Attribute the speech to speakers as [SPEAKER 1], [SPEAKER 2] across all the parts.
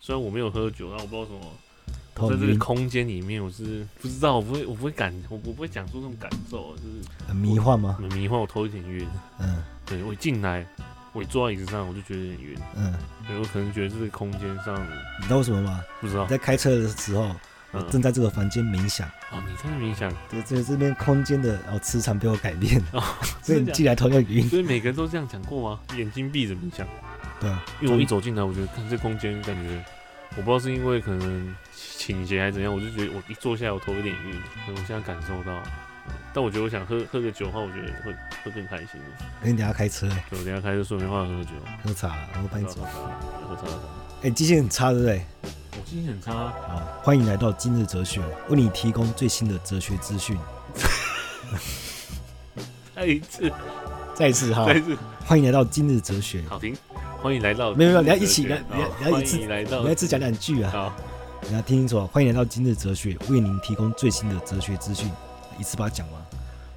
[SPEAKER 1] 虽然我没有喝酒，但我不知道什么。
[SPEAKER 2] 头
[SPEAKER 1] 在这
[SPEAKER 2] 晕
[SPEAKER 1] 个空间里面，我是不知道，我不会，我不会感，我不会讲出那种感受，啊就是
[SPEAKER 2] 很呃迷幻吗？
[SPEAKER 1] 很迷幻，我头有点晕。
[SPEAKER 2] 嗯
[SPEAKER 1] 对我一进来，我一坐到椅子上，我就觉得有点晕。
[SPEAKER 2] 嗯，
[SPEAKER 1] 对我可能觉得这个空间上
[SPEAKER 2] 你知道为什么吗？
[SPEAKER 1] 不知道
[SPEAKER 2] 你，在开车的时候，我
[SPEAKER 1] 啊嗯，
[SPEAKER 2] 正在这个房间冥想，
[SPEAKER 1] 哦，你真的冥想，
[SPEAKER 2] 对，这这边空间的哦磁场被我改变，
[SPEAKER 1] 哦
[SPEAKER 2] 所以你
[SPEAKER 1] 真的假的
[SPEAKER 2] 进来头要晕，
[SPEAKER 1] 所以每个人都这样讲过吗？眼睛闭着冥想，
[SPEAKER 2] 对啊，
[SPEAKER 1] 因为我一走进来，我觉得看这空间，感觉我不知道是因为可能倾斜还是怎样，我就觉得我一坐下来，我头有点晕，所以我现在感受到。嗯但我觉得我想喝喝个酒的话，我觉得会会更开心。
[SPEAKER 2] 跟你等一下开车欸
[SPEAKER 1] 所以我等一下开始说没话喝酒，
[SPEAKER 2] 喝茶，然后帮你
[SPEAKER 1] 喝
[SPEAKER 2] 走。
[SPEAKER 1] 茶喝茶。
[SPEAKER 2] 哎，记性很差，对不对？
[SPEAKER 1] 我心情很差，啊
[SPEAKER 2] 好，欢迎来到今日哲学，为你提供最新的哲学资讯。
[SPEAKER 1] 再一次，
[SPEAKER 2] 再一次哈
[SPEAKER 1] 再，一次，
[SPEAKER 2] 欢迎来到今日哲学。
[SPEAKER 1] 好停，欢迎来到。
[SPEAKER 2] 没有没有你要一起
[SPEAKER 1] 来，
[SPEAKER 2] 你要你要你要一次
[SPEAKER 1] 欢迎来到。
[SPEAKER 2] 我们再次讲两句啊，
[SPEAKER 1] 好，
[SPEAKER 2] 你要听清楚啊。欢迎来到今日哲学，为您提供最新的哲学资讯。一次把它讲完。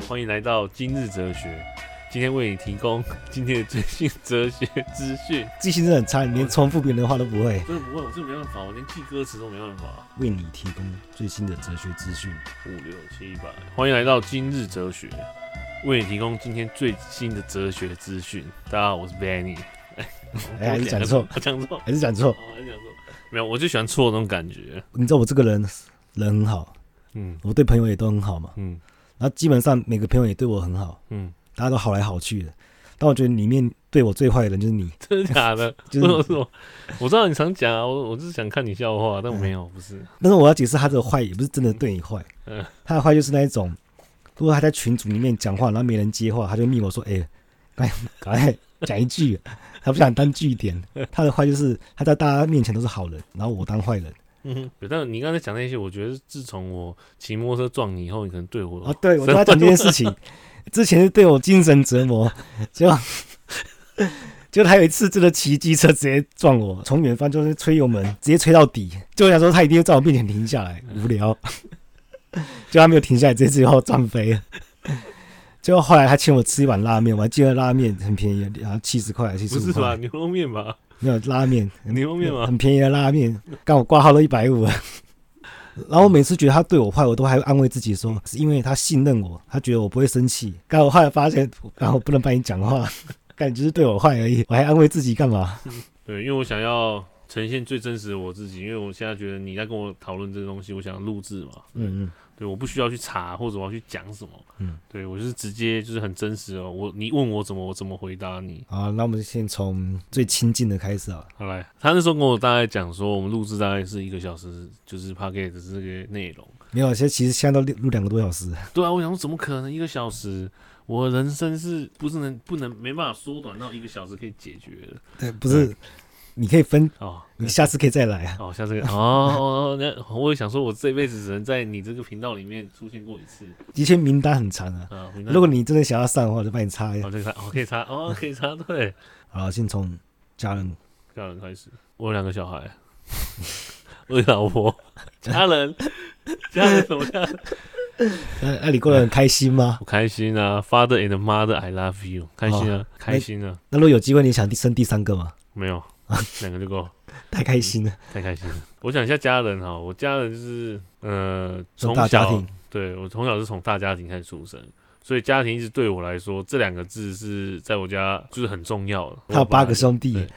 [SPEAKER 1] 欢迎来到今日哲学，今天为你提供 今天的最新哲学资讯。
[SPEAKER 2] 记性真的很差，你连重复别人的话都不会。
[SPEAKER 1] 真的不会，我真的没办法，我连记歌词都没办法。
[SPEAKER 2] 为你提供最新的哲学资讯。
[SPEAKER 1] 五六七八，欢迎来到今日哲学，为你提供今天最新的哲学资讯。大家好，我是 Benny。
[SPEAKER 2] 哎你讲错，
[SPEAKER 1] 讲错，
[SPEAKER 2] 还是讲错？
[SPEAKER 1] 哦你讲错， 没有，我就喜欢错那种感觉。
[SPEAKER 2] 你知道我这个人人很好，
[SPEAKER 1] 嗯
[SPEAKER 2] 我对朋友也都很好嘛。
[SPEAKER 1] 嗯
[SPEAKER 2] 然后基本上每个朋友也对我很好，
[SPEAKER 1] 嗯，
[SPEAKER 2] 大家都好来好去的。但我觉得里面对我最坏的人就是你，
[SPEAKER 1] 真的假的？
[SPEAKER 2] 就
[SPEAKER 1] 不是不 是
[SPEAKER 2] 是。
[SPEAKER 1] 我，我知道你常讲啊，我我就是想看你笑话，但我没有，
[SPEAKER 2] 嗯
[SPEAKER 1] 不是。
[SPEAKER 2] 但是我要解释他的坏，也不是真的对你坏
[SPEAKER 1] 嗯，
[SPEAKER 2] 他的坏就是那一种，如果他在群组里面讲话，然后没人接话，他就密我说：“哎、赶快赶快讲一句，他不想当据点。”他的坏就是他在大家面前都是好人，然后我当坏人
[SPEAKER 1] 嗯哼，对但你刚才讲那些，我觉得自从我骑摩托车撞你以后，你可能对哦我
[SPEAKER 2] 啊！对我跟他讲这件事 情，之前是对我精神折磨， 结果结果他有一次真的骑机车直接撞我，从远方就是吹油门，直接吹到底，就想说他一定会在我面前停下来，无聊， 就他没有停下来，直接最后撞飞了。结果后来他请我吃一碗拉面，我还记得拉面很便宜，然后七十块、七 十
[SPEAKER 1] 不
[SPEAKER 2] 五
[SPEAKER 1] 是吧？
[SPEAKER 2] 块，
[SPEAKER 1] 牛肉面吧？
[SPEAKER 2] 没有拉面，
[SPEAKER 1] 牛肉面吗？
[SPEAKER 2] 很便宜的拉面，刚我挂号都一百五。然后我每次觉得他对我坏，我都还安慰自己说，是因为他信任我，他觉得我不会生气。但我后来发现，然后不能帮你讲话， 感觉是对我坏而已。我还安慰自己干嘛？
[SPEAKER 1] 对，因为我想要呈现最真实的我自己，因为我现在觉得你在跟我讨论这个东西，我想录制嘛，
[SPEAKER 2] 嗯嗯，
[SPEAKER 1] 对，我不需要去查或者我要去讲什么，
[SPEAKER 2] 嗯，
[SPEAKER 1] 对我就是直接就是很真实哦，我你问我怎么我怎么回答你。
[SPEAKER 2] 好，那我们先从最亲近的开始啊。
[SPEAKER 1] 好来，他那时候跟我大概讲说，我们录制大概是一个小时，就是 p o c k e t 这个内容。
[SPEAKER 2] 没有，现在其实现在都录两个多小时，
[SPEAKER 1] 对啊，我想说怎么可能一个小时？我人生是不是能不能没办法缩短到一个小时可以解决的？
[SPEAKER 2] 对，不是？你可以分，
[SPEAKER 1] 哦，
[SPEAKER 2] 你下次可以再来啊。
[SPEAKER 1] 哦，像这个哦哦，哦那我也想说，我这辈子只能在你这个频道里面出现过一次
[SPEAKER 2] 的确名单很长啊，
[SPEAKER 1] 啊。
[SPEAKER 2] 如果你真的想要上的话，我就帮你插一下
[SPEAKER 1] 哦，。这个插哦，可以插哦，可以插 队。
[SPEAKER 2] 好，先从家人
[SPEAKER 1] 家人开始，我有两个小孩， 我有老婆，家人，家人怎么样？
[SPEAKER 2] 那那你过得很开心吗？
[SPEAKER 1] 我开心啊，Father and Mother I love you，开心啊，开心啊，
[SPEAKER 2] 哦那如果有机会，你想第生第三个吗？
[SPEAKER 1] 没 有两个就够了。
[SPEAKER 2] 太开心了，
[SPEAKER 1] 太开心了！我讲一下家人哈，我家人就是呃，
[SPEAKER 2] 这
[SPEAKER 1] 从
[SPEAKER 2] 大家
[SPEAKER 1] 小
[SPEAKER 2] 庭，
[SPEAKER 1] 对我从小是从大家庭开始出生，所以家庭一直对我来说这两个字是在我家就是很重要的。
[SPEAKER 2] 他有八个兄弟
[SPEAKER 1] 对，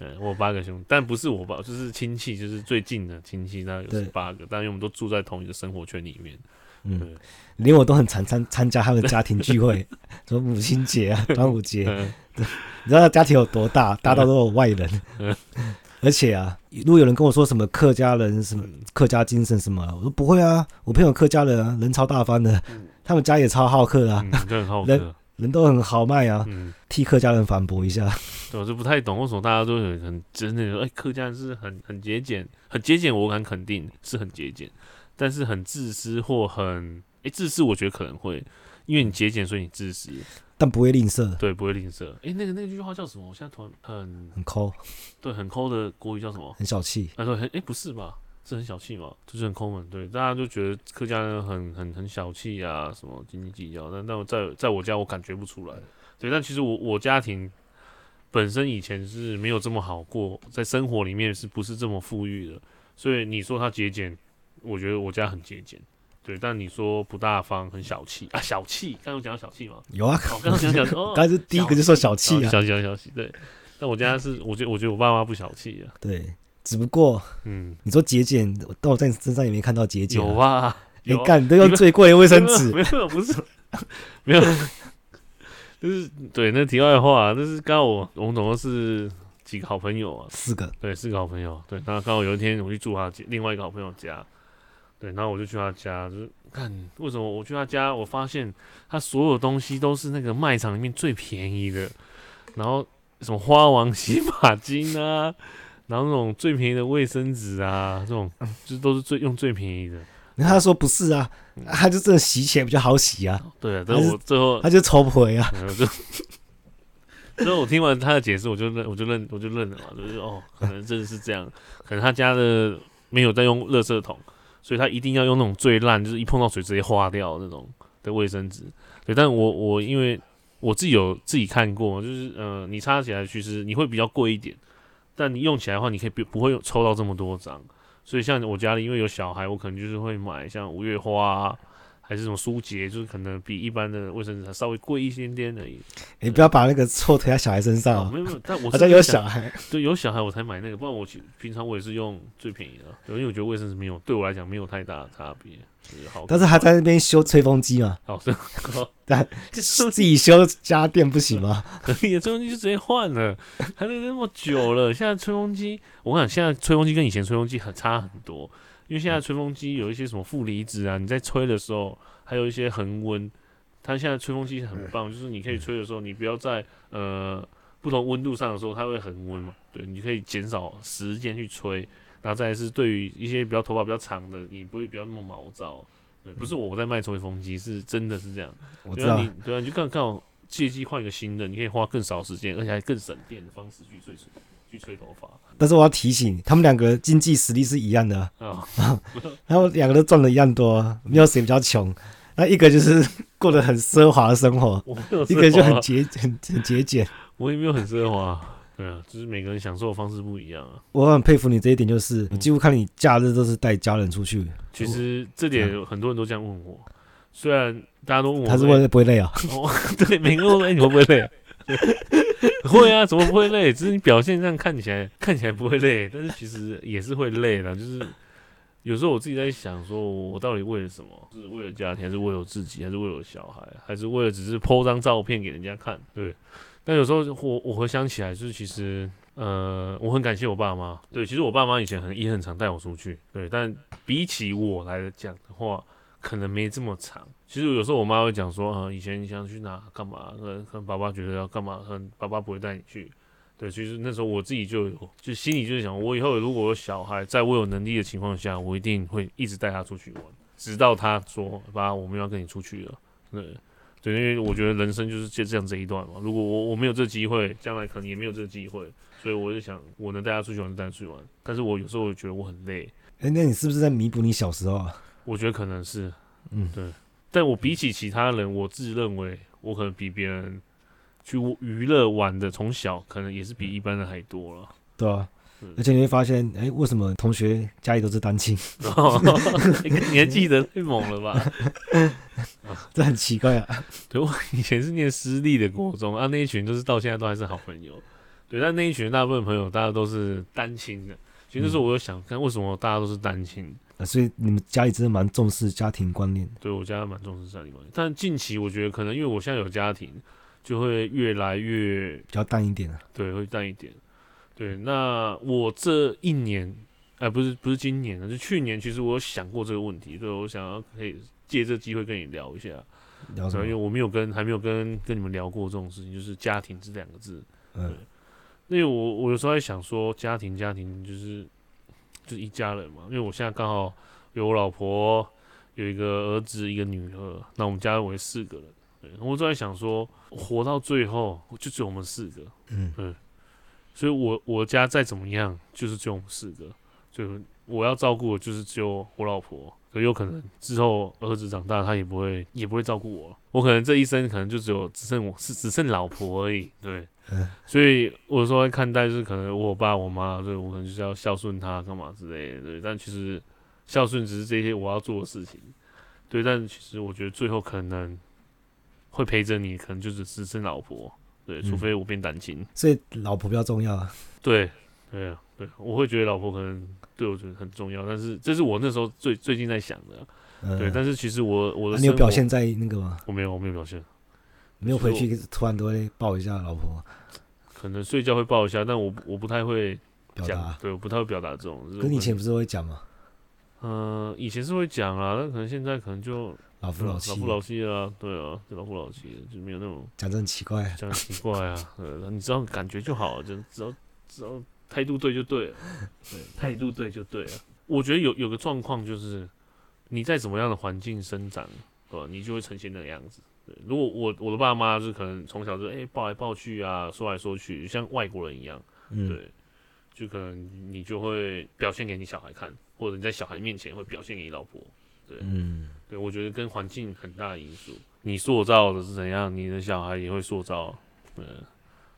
[SPEAKER 1] 嗯，我有八个兄弟，但不是我爸，就是亲戚，就是最近的亲戚，那有
[SPEAKER 2] 对
[SPEAKER 1] 十八个，但因为我们都住在同一个生活圈里面，
[SPEAKER 2] 嗯
[SPEAKER 1] 对，
[SPEAKER 2] 连我都很常参参加他们的家庭聚会，什么母亲节啊、端午节，
[SPEAKER 1] 嗯，
[SPEAKER 2] 你知道他家庭有多大，大到都有外人
[SPEAKER 1] 嗯。
[SPEAKER 2] 而且啊，如果有人跟我说什么客家人、什么客家精神什么，我说不会啊，我朋友客家人啊，人超大方的，他们家也超好客的啊，
[SPEAKER 1] 嗯就很好
[SPEAKER 2] 人
[SPEAKER 1] 客，
[SPEAKER 2] 人都很豪迈啊，
[SPEAKER 1] 嗯，
[SPEAKER 2] 替客家人反驳一下。
[SPEAKER 1] 对，我就不太懂为什么大家都有很真的，哎，客家人是很很节俭，很节俭，我敢肯定是很节俭，但是很自私或很，哎，自私我觉得可能会，因为你节俭，所以你自私，
[SPEAKER 2] 但不会吝啬，
[SPEAKER 1] 对，不会吝啬。哎，那个那句话叫什么？我现在突然很
[SPEAKER 2] 很抠，
[SPEAKER 1] 对很抠的国语叫什么？
[SPEAKER 2] 很小气。
[SPEAKER 1] 他说很哎不是吧？是很小气嘛，就是很抠门，对，大家就觉得客家人很很很小气啊，什
[SPEAKER 2] 嗯
[SPEAKER 1] 么斤斤计较，但但我在在我家我感觉不出来，对，但其实我我家庭本身以前是没有这么好过，在生活里面是不是这么富裕的？所以你说他节俭，我觉得我家很节俭，对。但你说不大方，很小气啊，小气，刚刚有讲到小气吗？
[SPEAKER 2] 有啊，
[SPEAKER 1] 哦，刚刚讲讲哦，
[SPEAKER 2] 刚才是第一个就说小气啊，
[SPEAKER 1] 小气小气小气，对。但我家是，我觉得我觉得我爸妈不小气啊，
[SPEAKER 2] 对，只不过
[SPEAKER 1] 嗯，
[SPEAKER 2] 你说节俭，我但我在你身上也没看到节俭啊、
[SPEAKER 1] 有吧？
[SPEAKER 2] 你
[SPEAKER 1] 有啊
[SPEAKER 2] 干你都用最贵的卫生 纸，
[SPEAKER 1] 没有没啊有，不是，没有，就是对那题外话，啊就是刚好我我们总共是几个好朋友啊，
[SPEAKER 2] 四个，
[SPEAKER 1] 对，四个好朋友，对，那刚好有一天我去住他家另外一个好朋友家，对，然后我就去他家，就是看为什么我去他家，我发现他所有东西都是那个卖场里面最便宜的，然后什么花王洗发精啊。然后那种最便宜的卫生纸啊，这种就是都是最用最便宜的。
[SPEAKER 2] 然后他说不是啊，他就真的洗起来比较好洗啊，
[SPEAKER 1] 对啊，但是我最后
[SPEAKER 2] 他就抽不 回啊，
[SPEAKER 1] 没有就，所以我听完他的解释，我就认，我就认，我就认了嘛，就是哦，可能真的是这样，可能他家的没有在用垃圾桶，所以他一定要用那种最烂，就是一碰到水直接花掉那种的卫生纸。对，但我我因为我自己有自己看过，就是呃，你擦起来其实你会比较贵一点，但你用起来的话，你可以不不会有抽到这么多张。所以像我家里因为有小孩，我可能就是会买像五月花、啊。还是什么舒洁，就是可能比一般的卫生纸还稍微贵一点点而已。
[SPEAKER 2] 你不要把那个错推在小孩身上
[SPEAKER 1] 哦
[SPEAKER 2] 啊，
[SPEAKER 1] 没有没有，但我
[SPEAKER 2] 好
[SPEAKER 1] 是
[SPEAKER 2] 像有
[SPEAKER 1] 在
[SPEAKER 2] 小
[SPEAKER 1] 想，
[SPEAKER 2] 孩，
[SPEAKER 1] 对，有小孩我才买那个，不然我其平常我也是用最便宜的啊，对因为我觉得卫生纸没有对我来讲没有太大的差别，就是好。
[SPEAKER 2] 但是他在那边修吹风 机嘛，
[SPEAKER 1] 好，这个
[SPEAKER 2] 但
[SPEAKER 1] 这
[SPEAKER 2] 自己修家电不行吗？
[SPEAKER 1] 可 以，吹风机就直接换了，还是那么久了。 现在吹风机，我跟你讲，现在吹风机跟以前吹风机很差很多，因为现在吹风机有一些什么负离子啊，你在吹的时候，还有一些恒温。它现在吹风机很棒，就是你可以吹的时候，你不要在呃不同温度上的时候，它会恒温嘛，对，你可以减少时间去吹。然后再来是对于一些比较头发比较长的，你不会比较那么毛躁。对，不是我在卖吹风机，是真的是这样。
[SPEAKER 2] 我知
[SPEAKER 1] 对啊，
[SPEAKER 2] 道，
[SPEAKER 1] 你对啊，你就刚刚好借机换一个新的，你可以花更少时间，而且还更省电的方式去吹去吹头发
[SPEAKER 2] 但是我要提醒他们两个经济实力是一样的啊，
[SPEAKER 1] 啊。
[SPEAKER 2] 然后两个都赚的一样多啊，没有谁比较穷。那一个就是过得很奢华的 生活，
[SPEAKER 1] 我没 有
[SPEAKER 2] 一个
[SPEAKER 1] 奢
[SPEAKER 2] 就
[SPEAKER 1] 华
[SPEAKER 2] 很
[SPEAKER 1] 啊，
[SPEAKER 2] 节很很节俭。
[SPEAKER 1] 我也没有很奢华。对啊，就是每个人享受的方式不一样啊。
[SPEAKER 2] 我很佩服你这一点，就是
[SPEAKER 1] 嗯
[SPEAKER 2] 我几乎看你假日都是带家人出去，
[SPEAKER 1] 其实这点有很多人都这样问我，虽然大家都问我，
[SPEAKER 2] 啊他是为了不会累啊。
[SPEAKER 1] 哦，对，每个人都说：“哎、你会不会累、啊？” 会啊，怎么不会累？只是你表现上看起来看起来不会累，但是其实也是会累的。就是有时候我自己在想，说我到底为了什么？是为了家庭，还是为了我自己，还是为了我小孩，还是为了只是 po 张照片给人家看？对。但有时候我我回想起来，就是其实呃，我很感谢我爸妈。对，其实我爸妈以前很也很常带我出去，对，但比起我来讲的话，可能没这么长。其实有时候我妈会讲说，呃，以前你想去哪干嘛，可能可能爸爸觉得要干嘛，可能爸爸不会带你去。对，其实那时候我自己就有，就心里就是想，我以后如果有小孩，在我有能力的情况下，我一定会一直带他出去玩，直到他说：“爸，我们要跟你出去了。”对，对，因为我觉得人生就是这这样这一段嘛。如果我我没有这机会，将来可能也没有这机会，所以我就想，我能带他出去玩就带他出去玩。但是我有时候我觉得我很累，
[SPEAKER 2] 哎、那你是不是在弥补你小时候啊？
[SPEAKER 1] 我觉得可能是，
[SPEAKER 2] 嗯，
[SPEAKER 1] 但我比起其他人，我自认为我可能比别人去娱乐玩的，从小可能也是比一般人还多 了。
[SPEAKER 2] 对啊
[SPEAKER 1] 嗯。
[SPEAKER 2] 而且你会发现，哎、为什么同学家里都是单亲？
[SPEAKER 1] 然后你还记得太猛了吧？
[SPEAKER 2] 这很奇怪啊。
[SPEAKER 1] 以前是念私立的国中啊，那一群就是到现在都还是好朋友。对，但那一群大部分朋友大家都是单亲的。其实那时候我有想看为什么大家都是单亲，
[SPEAKER 2] 呃所以你们家里真的蛮重视家庭观念的。
[SPEAKER 1] 对我家蛮重视家庭关系。但近期我觉得可能因为我现在有家庭，就会越来越
[SPEAKER 2] 比较淡一点啊。
[SPEAKER 1] 对，会淡一点。对，
[SPEAKER 2] 嗯
[SPEAKER 1] 那我这一年，哎、不是不是今年了，是去年。其实我有想过这个问题，所以我想要可以借这机会跟你聊一下，
[SPEAKER 2] 聊什
[SPEAKER 1] 因为
[SPEAKER 2] 么？
[SPEAKER 1] 我没有跟还没有跟跟你们聊过这种事情，就是家庭这两个字。
[SPEAKER 2] 嗯，
[SPEAKER 1] 因为我我有时候在想说，家庭家庭就是就是一家人嘛。因为我现在刚好有我老婆，有一个儿子，一个女儿，那我们家为四个人。对，我就在想说，活到最后就只有我们四个。
[SPEAKER 2] 嗯，
[SPEAKER 1] 所以我我家再怎么样，就是只有我们四个，就我要照顾的就是只有我老婆，可有可能之后儿子长大，他也不会也不会照顾我，我可能这一生可能就只有只剩我是只剩老婆而已，对，
[SPEAKER 2] 嗯
[SPEAKER 1] 所以我说看待是可能我爸我妈，所以我可能就是要孝顺他干嘛之类的。对，但其实孝顺只是这些我要做的事情。对，但其实我觉得最后可能会陪着你，可能就只是剩老婆。对，除
[SPEAKER 2] 嗯
[SPEAKER 1] 非我变单亲。
[SPEAKER 2] 所以老婆比较重要啊。
[SPEAKER 1] 对，对啊，对，我会觉得老婆可能对我觉得很重要，但是这是我那时候最最近在想的啊。
[SPEAKER 2] 嗯、
[SPEAKER 1] 对，但是其实我我
[SPEAKER 2] 啊
[SPEAKER 1] 的
[SPEAKER 2] 你有
[SPEAKER 1] 生
[SPEAKER 2] 表
[SPEAKER 1] 活
[SPEAKER 2] 现在那个吗？
[SPEAKER 1] 我没有，我没有表现，
[SPEAKER 2] 没有
[SPEAKER 1] 其实
[SPEAKER 2] 回
[SPEAKER 1] 我
[SPEAKER 2] 去，突然都会抱一下老婆，
[SPEAKER 1] 可能睡觉会抱一下，但我不我不太会
[SPEAKER 2] 表
[SPEAKER 1] 讲
[SPEAKER 2] 达，。
[SPEAKER 1] 对，我不太会表达这种。
[SPEAKER 2] 可你以前不是都会讲吗？
[SPEAKER 1] 嗯、呃以前是会讲啊，但可能现在可能就
[SPEAKER 2] 老夫老妻
[SPEAKER 1] 老，夫老妻了啊，对啊，就老夫老妻了就没有那种
[SPEAKER 2] 讲这很奇怪。
[SPEAKER 1] 讲奇怪啊，呃，你知道感觉就好，就只要只要态度对就对了，对，态度对就对了。我觉得有有个状况就是，你在怎么样的环境生长，对吧？你就会呈现那个样子。对，如果我我的爸妈就是可能从小就哎、抱来抱去啊，说来说去，像外国人一样，
[SPEAKER 2] 嗯，
[SPEAKER 1] 对，就可能你就会表现给你小孩看，或者你在小孩面前会表现给你老婆。
[SPEAKER 2] 嗯，
[SPEAKER 1] 对，我觉得跟环境很大的因素，你塑造的是怎样，你的小孩也会塑造。嗯，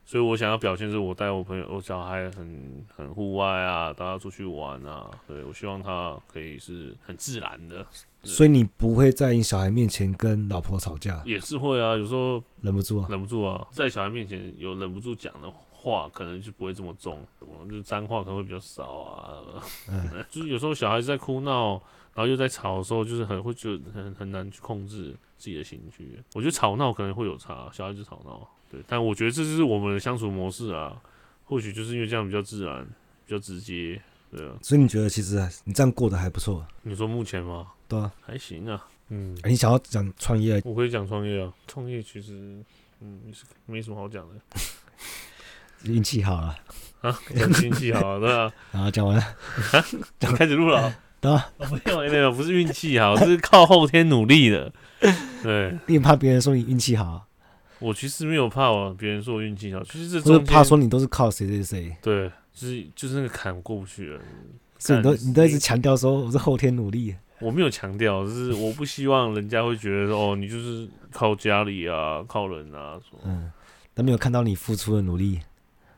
[SPEAKER 1] 所以我想要表现是我带我朋友，我小孩很很户外啊，大家出去玩啊，对我希望他可以是很自然的，
[SPEAKER 2] 所以你不会在你小孩面前跟老婆吵架，
[SPEAKER 1] 也是会啊，有时候
[SPEAKER 2] 忍不住啊。
[SPEAKER 1] 忍不住啊，在小孩面前有忍不住讲的话，可能就不会这么重，我就脏话可能会比较少啊。
[SPEAKER 2] 嗯
[SPEAKER 1] 就是有时候小孩子在哭闹，然后又在吵的时候，就是很会觉得很很难去控制自己的情绪。我觉得吵闹可能会有差，小孩子吵闹，对，但我觉得这就是我们的相处模式啊。或许就是因为这样比较自然，比较直接，对啊。
[SPEAKER 2] 所以你觉得其实你这样过得还不错，
[SPEAKER 1] 你说目前吗？
[SPEAKER 2] 对啊。
[SPEAKER 1] 还行啊，嗯，
[SPEAKER 2] 哎你想要讲创业，
[SPEAKER 1] 我可以讲创业啊，创业其实，嗯，也是没什么好讲的。
[SPEAKER 2] 运气好了。
[SPEAKER 1] 啊，讲运气好，对啊，
[SPEAKER 2] 然后讲完 了，
[SPEAKER 1] 开始录了啊。
[SPEAKER 2] 对啊，
[SPEAKER 1] 没有没有，不是运气好，是靠后天努力 的。对
[SPEAKER 2] 你也怕别人说你运气好，啊
[SPEAKER 1] 我其实没有怕我别人说我运气好，其实这
[SPEAKER 2] 或者
[SPEAKER 1] 中间
[SPEAKER 2] 怕说你都是靠谁谁谁，
[SPEAKER 1] 对，就是就是那个坎过不去了。
[SPEAKER 2] 所以你都
[SPEAKER 1] 干
[SPEAKER 2] 你都一直强调说我是后天努力。
[SPEAKER 1] 我没有强调，就是我不希望人家会觉得说哦，你就是靠家里啊，靠人啊什么。
[SPEAKER 2] 嗯，但没有看到你付出的努力。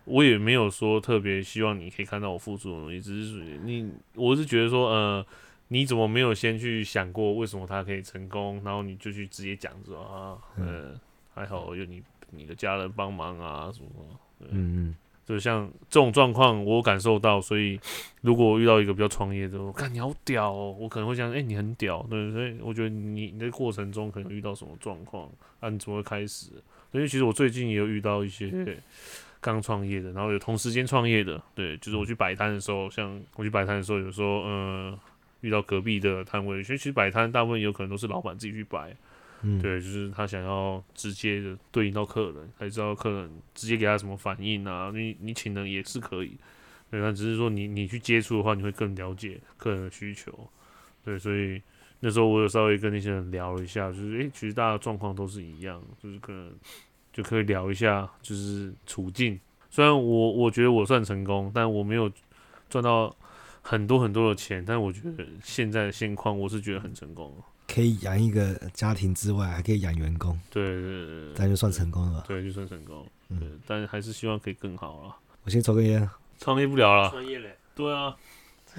[SPEAKER 1] 我也没有说特别希望你可以看到我付出的努力，只是你，我是觉得说，呃，你怎么没有先去想过为什么他可以成功，然后你就去直接讲说啊，呃，还好有你你的家人帮忙啊什么的，
[SPEAKER 2] 嗯嗯，
[SPEAKER 1] 就像这种状况我有感受到，所以如果我遇到一个比较创业的，我看你好屌哦，我可能会想，哎、你很屌，对，所以我觉得哎你你在过程中可能遇到什么状况，啊，你怎么会开始？因为其实我最近也有遇到一些刚创业的，然后有同时间创业的，对，就是我去摆摊的时候，像我去摆摊的时候，有时候呃遇到隔壁的摊位，其实其实摆摊大部分有可能都是老板自己去摆，
[SPEAKER 2] 嗯，
[SPEAKER 1] 对，就是他想要直接的对应到客人，才知道客人直接给他什么反应啊。你你请人也是可以，对，但只是说你你去接触的话，你会更了解客人的需求。对，所以那时候我有稍微跟那些人聊了一下，就是诶、其实大家的状况都是一样，就是可能就可以聊一下，就是处境。虽然我我觉得我算成功，但我没有赚到很多很多的钱，但我觉得现在的现况我是觉得很成功。
[SPEAKER 2] 可以养一个家庭之外，还可以养员工，
[SPEAKER 1] 对对对对。
[SPEAKER 2] 这样就算成功了。
[SPEAKER 1] 对，就算成功，
[SPEAKER 2] 啊嗯
[SPEAKER 1] 对，但还是希望可以更好啦。
[SPEAKER 2] 我先抽根烟。
[SPEAKER 1] 创业不了了，
[SPEAKER 3] 创业嘞，
[SPEAKER 1] 对啊，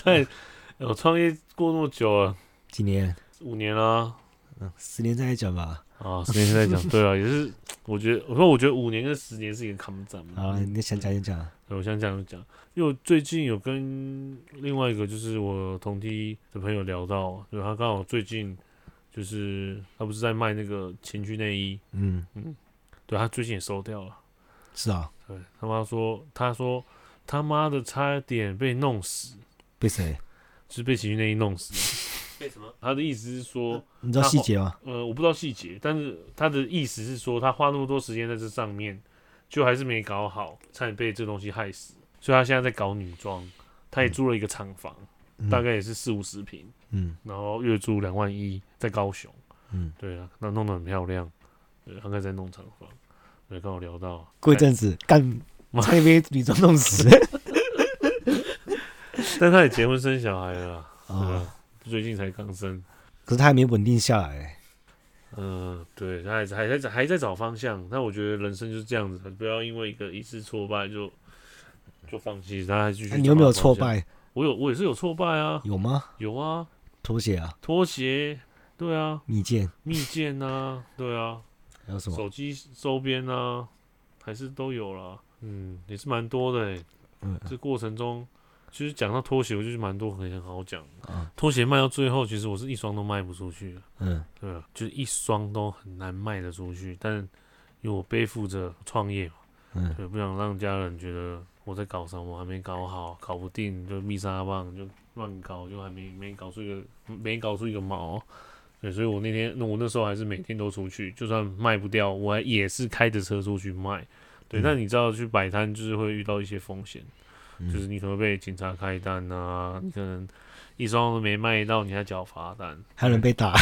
[SPEAKER 1] 太我创业过那么久了，
[SPEAKER 2] 几年？
[SPEAKER 1] 五年啦、
[SPEAKER 2] 嗯，十年再讲吧。
[SPEAKER 1] 啊，十年前在讲，对啊，也是，我觉得，我说我觉得五年跟十年是一个抗战嘛。
[SPEAKER 2] 好，啊你想讲就讲。
[SPEAKER 1] 对我想讲就讲，因为我最近有跟另外一个就是我同梯的朋友聊到，就他刚好最近就是他不是在卖那个情趣内衣，
[SPEAKER 2] 嗯，
[SPEAKER 1] 对他最近也收掉了。
[SPEAKER 2] 是啊，
[SPEAKER 1] 对他妈说，他说他妈的差点被弄死，
[SPEAKER 2] 被谁？
[SPEAKER 1] 就是被情绪内衣弄死。
[SPEAKER 3] 为什么？
[SPEAKER 1] 他的意思是说，
[SPEAKER 2] 你知道细节吗？
[SPEAKER 1] 呃，我不知道细节，但是他的意思是说，他花那么多时间在这上面，就还是没搞好，差点被这东西害死。所以他现在在搞女装，他也租了一个厂房，
[SPEAKER 2] 嗯
[SPEAKER 1] 大概也是四五十平，
[SPEAKER 2] 嗯
[SPEAKER 1] 然后月租两万一，在高雄。
[SPEAKER 2] 嗯，
[SPEAKER 1] 对啊，那弄得很漂亮。对，他刚才在弄厂房，对，刚好聊到，啊
[SPEAKER 2] 过一阵子干，
[SPEAKER 1] 妈
[SPEAKER 2] 差点被女装弄 死。
[SPEAKER 1] 但他也结婚生小孩了啦，对
[SPEAKER 2] 啊，
[SPEAKER 1] 啊，最近才刚生。
[SPEAKER 2] 可是他还没稳定下来。
[SPEAKER 1] 嗯，对，他还在还在还在找方向。那我觉得人生就是这样子，不要因为一个一次挫败就就放弃，他还继续、
[SPEAKER 2] 啊你有没有挫？败？
[SPEAKER 1] 我有，我也是有挫败啊，
[SPEAKER 2] 有吗？
[SPEAKER 1] 有啊，
[SPEAKER 2] 拖鞋啊，
[SPEAKER 1] 拖鞋，对啊，
[SPEAKER 2] 蜜饯，
[SPEAKER 1] 蜜饯啊，对啊，
[SPEAKER 2] 还 有什么？
[SPEAKER 1] 手机周边啊，还是都有啦。嗯，也是蛮多的、欸。
[SPEAKER 2] 嗯
[SPEAKER 1] 这过程中，其实讲到拖鞋，我就是蛮多可以很好讲的。
[SPEAKER 2] 啊，
[SPEAKER 1] 拖鞋卖到最后，其实我是一双都卖不出去了，
[SPEAKER 2] 嗯
[SPEAKER 1] 对啊，就是一双都很难卖得出去。但因为我背负着创业嘛，
[SPEAKER 2] 嗯，
[SPEAKER 1] 对，不想让家人觉得我在搞什么，还没搞好，搞不定就密沙棒就乱搞，就还没没搞出一个没搞出一个毛。对，所以我那天那我那时候还是每天都出去，就算卖不掉，我还也是开着车出去卖。对，
[SPEAKER 2] 嗯
[SPEAKER 1] 但你知道去摆摊就是会遇到一些风险，
[SPEAKER 2] 嗯
[SPEAKER 1] 就是你可能会被警察开单啊，你可能一双都没卖到，你还缴罚单。
[SPEAKER 2] 还有人被打，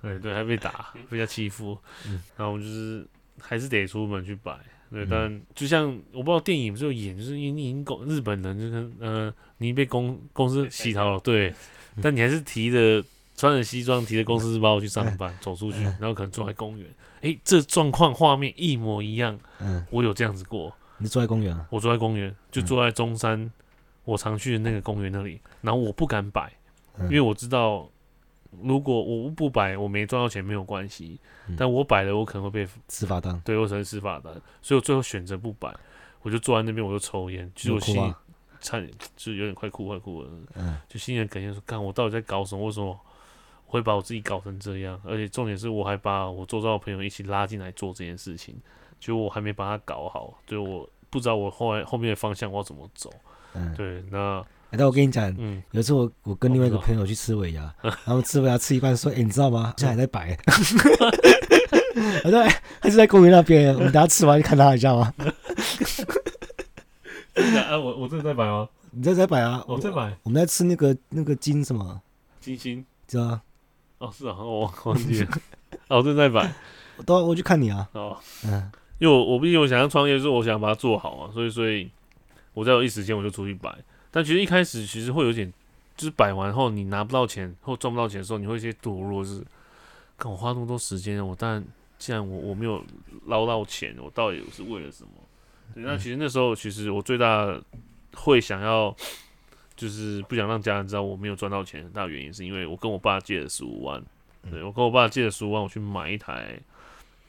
[SPEAKER 1] 对对，还被打，被人家欺负，
[SPEAKER 2] 嗯
[SPEAKER 1] 然后我们就是还是得出门去摆。对，
[SPEAKER 2] 嗯
[SPEAKER 1] 但就像我不知道电影不是有演，就是因为你公日本人就是呃，你被公公司洗逃了，对，
[SPEAKER 2] 嗯
[SPEAKER 1] 但你还是提着穿着西装，提着公司包去上班，
[SPEAKER 2] 嗯
[SPEAKER 1] 走出去，然后可能坐在公园，诶，这状况画面一模一样，
[SPEAKER 2] 嗯，
[SPEAKER 1] 我有这样子过，
[SPEAKER 2] 你坐在公园啊，
[SPEAKER 1] 我坐在公园，就坐在中山、我常去的那个公园那里，然后我不敢摆，
[SPEAKER 2] 嗯
[SPEAKER 1] 因为我知道如果我不摆，我没赚到钱没有关系
[SPEAKER 2] 嗯，
[SPEAKER 1] 但我摆了，我可能会被
[SPEAKER 2] 吃罚单，
[SPEAKER 1] 对我可能是罚单，所以我最后选择不摆，我就坐在那边，我就抽烟，其实
[SPEAKER 2] 有
[SPEAKER 1] 我心
[SPEAKER 2] 哭
[SPEAKER 1] 里
[SPEAKER 2] 啊，
[SPEAKER 1] 差点就是有点快哭快哭了，
[SPEAKER 2] 嗯
[SPEAKER 1] 就心里哽咽说，看我到底在搞什么？为什么？我会把我自己搞成这样，而且重点是我还把我周遭的朋友一起拉进来做这件事情，结果我还没把它搞好，对我不知道我后来后面的方向我要怎么走。
[SPEAKER 2] 嗯，
[SPEAKER 1] 对，那
[SPEAKER 2] 哎但我跟你讲，
[SPEAKER 1] 嗯，
[SPEAKER 2] 有一次我我跟另外一个朋友去吃尾 牙，然后吃尾牙吃一半说，哎、你知道吗？现在还在摆， 我说哎、他就在公园那边，我们等下吃完就看他一下嘛。
[SPEAKER 1] 啊，我我真的在摆吗？
[SPEAKER 2] 你在在摆啊？
[SPEAKER 1] 我在摆
[SPEAKER 2] 我们在吃那个那个金什么，
[SPEAKER 1] 金星
[SPEAKER 2] 知道吗？
[SPEAKER 1] 哦，是啊，我忘忘记 了，哦，我正在摆
[SPEAKER 2] 我到我去看你啊，
[SPEAKER 1] 哦，
[SPEAKER 2] 嗯
[SPEAKER 1] 因为我我毕竟我想要创业，就是我想把它做好啊，所以所以我在有一时间我就出去摆，但其实一开始其实会有点，就是摆完后你拿不到钱或赚不到钱的时候，你会有一些堕落，就是看我花那么多时间，我当然既然我我没有捞到钱，我到底是为了什么？对，那其实那时候其实我最大会想要。就是不想让家人知道我没有赚到钱，很大原因是因为我跟我爸借了十五万，对我跟我爸借了十五万，我去买一台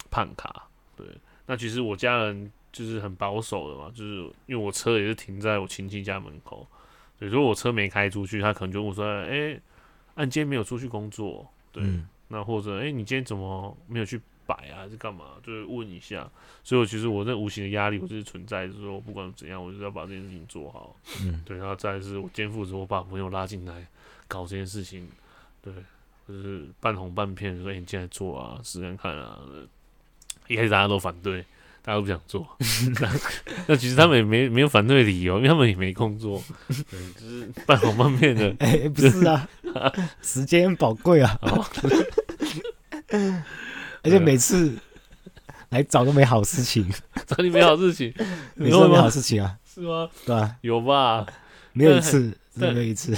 [SPEAKER 1] 胖卡，对，那其实我家人就是很保守的嘛，就是因为我车也是停在我亲戚家门口，对，如果我车没开出去，他可能就问我说：“哎、啊，你今天没有出去工作？”对，
[SPEAKER 2] 嗯
[SPEAKER 1] 那或者哎、你今天怎么没有去摆啊，还是干嘛？就是问一下。所以我其实我那无形的压力，我就是存在，就是说不管怎样，我就是要把这件事情做好。
[SPEAKER 2] 嗯，
[SPEAKER 1] 对，然后再来是我肩负着我把朋友拉进来搞这件事情，对，就是半哄半骗说、哎你进来做啊，试看看啊。呃一开始大家都反对，大家都不想做，那那其实他们也没没有反对理由，因为他们也没工作，对，就是半哄半骗的。
[SPEAKER 2] 哎、哎不 是啊，时间很宝贵啊，
[SPEAKER 1] 哦，啊
[SPEAKER 2] 而且每次来找都没好事情，
[SPEAKER 1] 找你没好事情，你
[SPEAKER 2] 每次都
[SPEAKER 1] 会
[SPEAKER 2] 没好
[SPEAKER 1] 吗？
[SPEAKER 2] 事情啊，
[SPEAKER 1] 是吗？
[SPEAKER 2] 对吧、
[SPEAKER 1] 有吧？
[SPEAKER 2] 没有一次，真
[SPEAKER 1] 对
[SPEAKER 2] 的没有一次，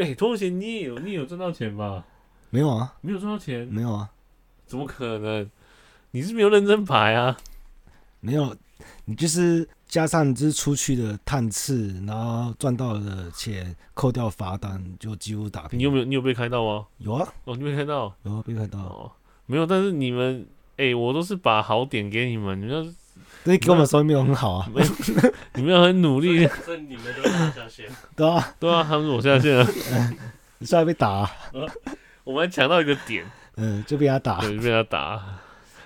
[SPEAKER 1] 哎、拖鞋你也有，你也有赚到钱吧？
[SPEAKER 2] 没有啊，
[SPEAKER 1] 没有赚到钱，
[SPEAKER 2] 没有啊，
[SPEAKER 1] 怎么可能？你是没有认真排啊？
[SPEAKER 2] 没有，你就是加上就是出去的探次，然后赚到的钱扣掉罚单，就几乎打平。
[SPEAKER 1] 你有没有？你有被开到吗？
[SPEAKER 2] 有啊？
[SPEAKER 1] 哦，你没开到。
[SPEAKER 2] 有啊，被看到。
[SPEAKER 1] 哦，没有，但是你们，哎、我都是把好点给你们，你们要是
[SPEAKER 2] 但是给我们的时候没有很好啊，
[SPEAKER 1] 没有，你们要很努力，
[SPEAKER 3] 所以你们都拉下线，
[SPEAKER 2] 对啊，
[SPEAKER 1] 对啊，他们我下线了，
[SPEAKER 2] 你虽然被打、啊，
[SPEAKER 1] 我们还抢到一个点，
[SPEAKER 2] 嗯，就被他打，
[SPEAKER 1] 对，就被他打，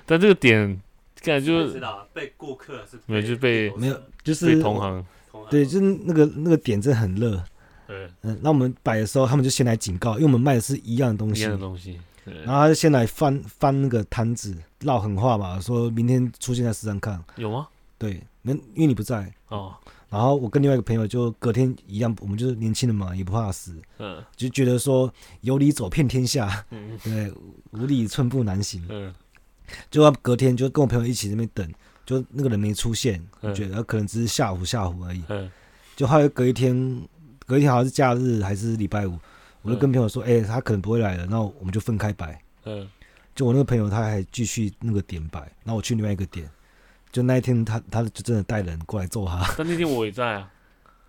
[SPEAKER 1] 但这个点，感觉就
[SPEAKER 3] 你知
[SPEAKER 1] 是
[SPEAKER 3] 道啊被顾客是
[SPEAKER 1] 没有就被
[SPEAKER 3] 投资
[SPEAKER 2] 没有，就是
[SPEAKER 1] 被同行，
[SPEAKER 3] 同行
[SPEAKER 2] 对，就是那个那个点真的很热。
[SPEAKER 1] 对，
[SPEAKER 2] 嗯，那我们摆的时候，他们就先来警告，因为我们卖的是一样的东
[SPEAKER 1] 一
[SPEAKER 2] 西
[SPEAKER 1] 样，的东西，对
[SPEAKER 2] 然，后他就先来翻翻那个摊子，唠狠话嘛，说明天出现在市场看。
[SPEAKER 1] 有吗？
[SPEAKER 2] 对，那因为你不在，
[SPEAKER 1] 哦，
[SPEAKER 2] 然后我跟另外一个朋友就隔天一样，我们就是年轻人嘛，也不怕死，
[SPEAKER 1] 嗯
[SPEAKER 2] 就觉得说有理走遍天下，
[SPEAKER 1] 嗯
[SPEAKER 2] 对，无理寸步难行。
[SPEAKER 1] 嗯，
[SPEAKER 2] 就要隔天就跟我朋友一起在那边等，就那个人没出现，
[SPEAKER 1] 嗯
[SPEAKER 2] 觉得可能只是吓唬吓唬而已。
[SPEAKER 1] 嗯，
[SPEAKER 2] 就后来隔一天，隔一天好像是假日还是礼拜五，我就跟朋友说，哎、他可能不会来了，那我们就分开摆。
[SPEAKER 1] 嗯，
[SPEAKER 2] 就我那个朋友他还继续那个点摆，然后我去另外一个点，就那一天他他就真的带人过来揍他。
[SPEAKER 1] 但那天我也在啊，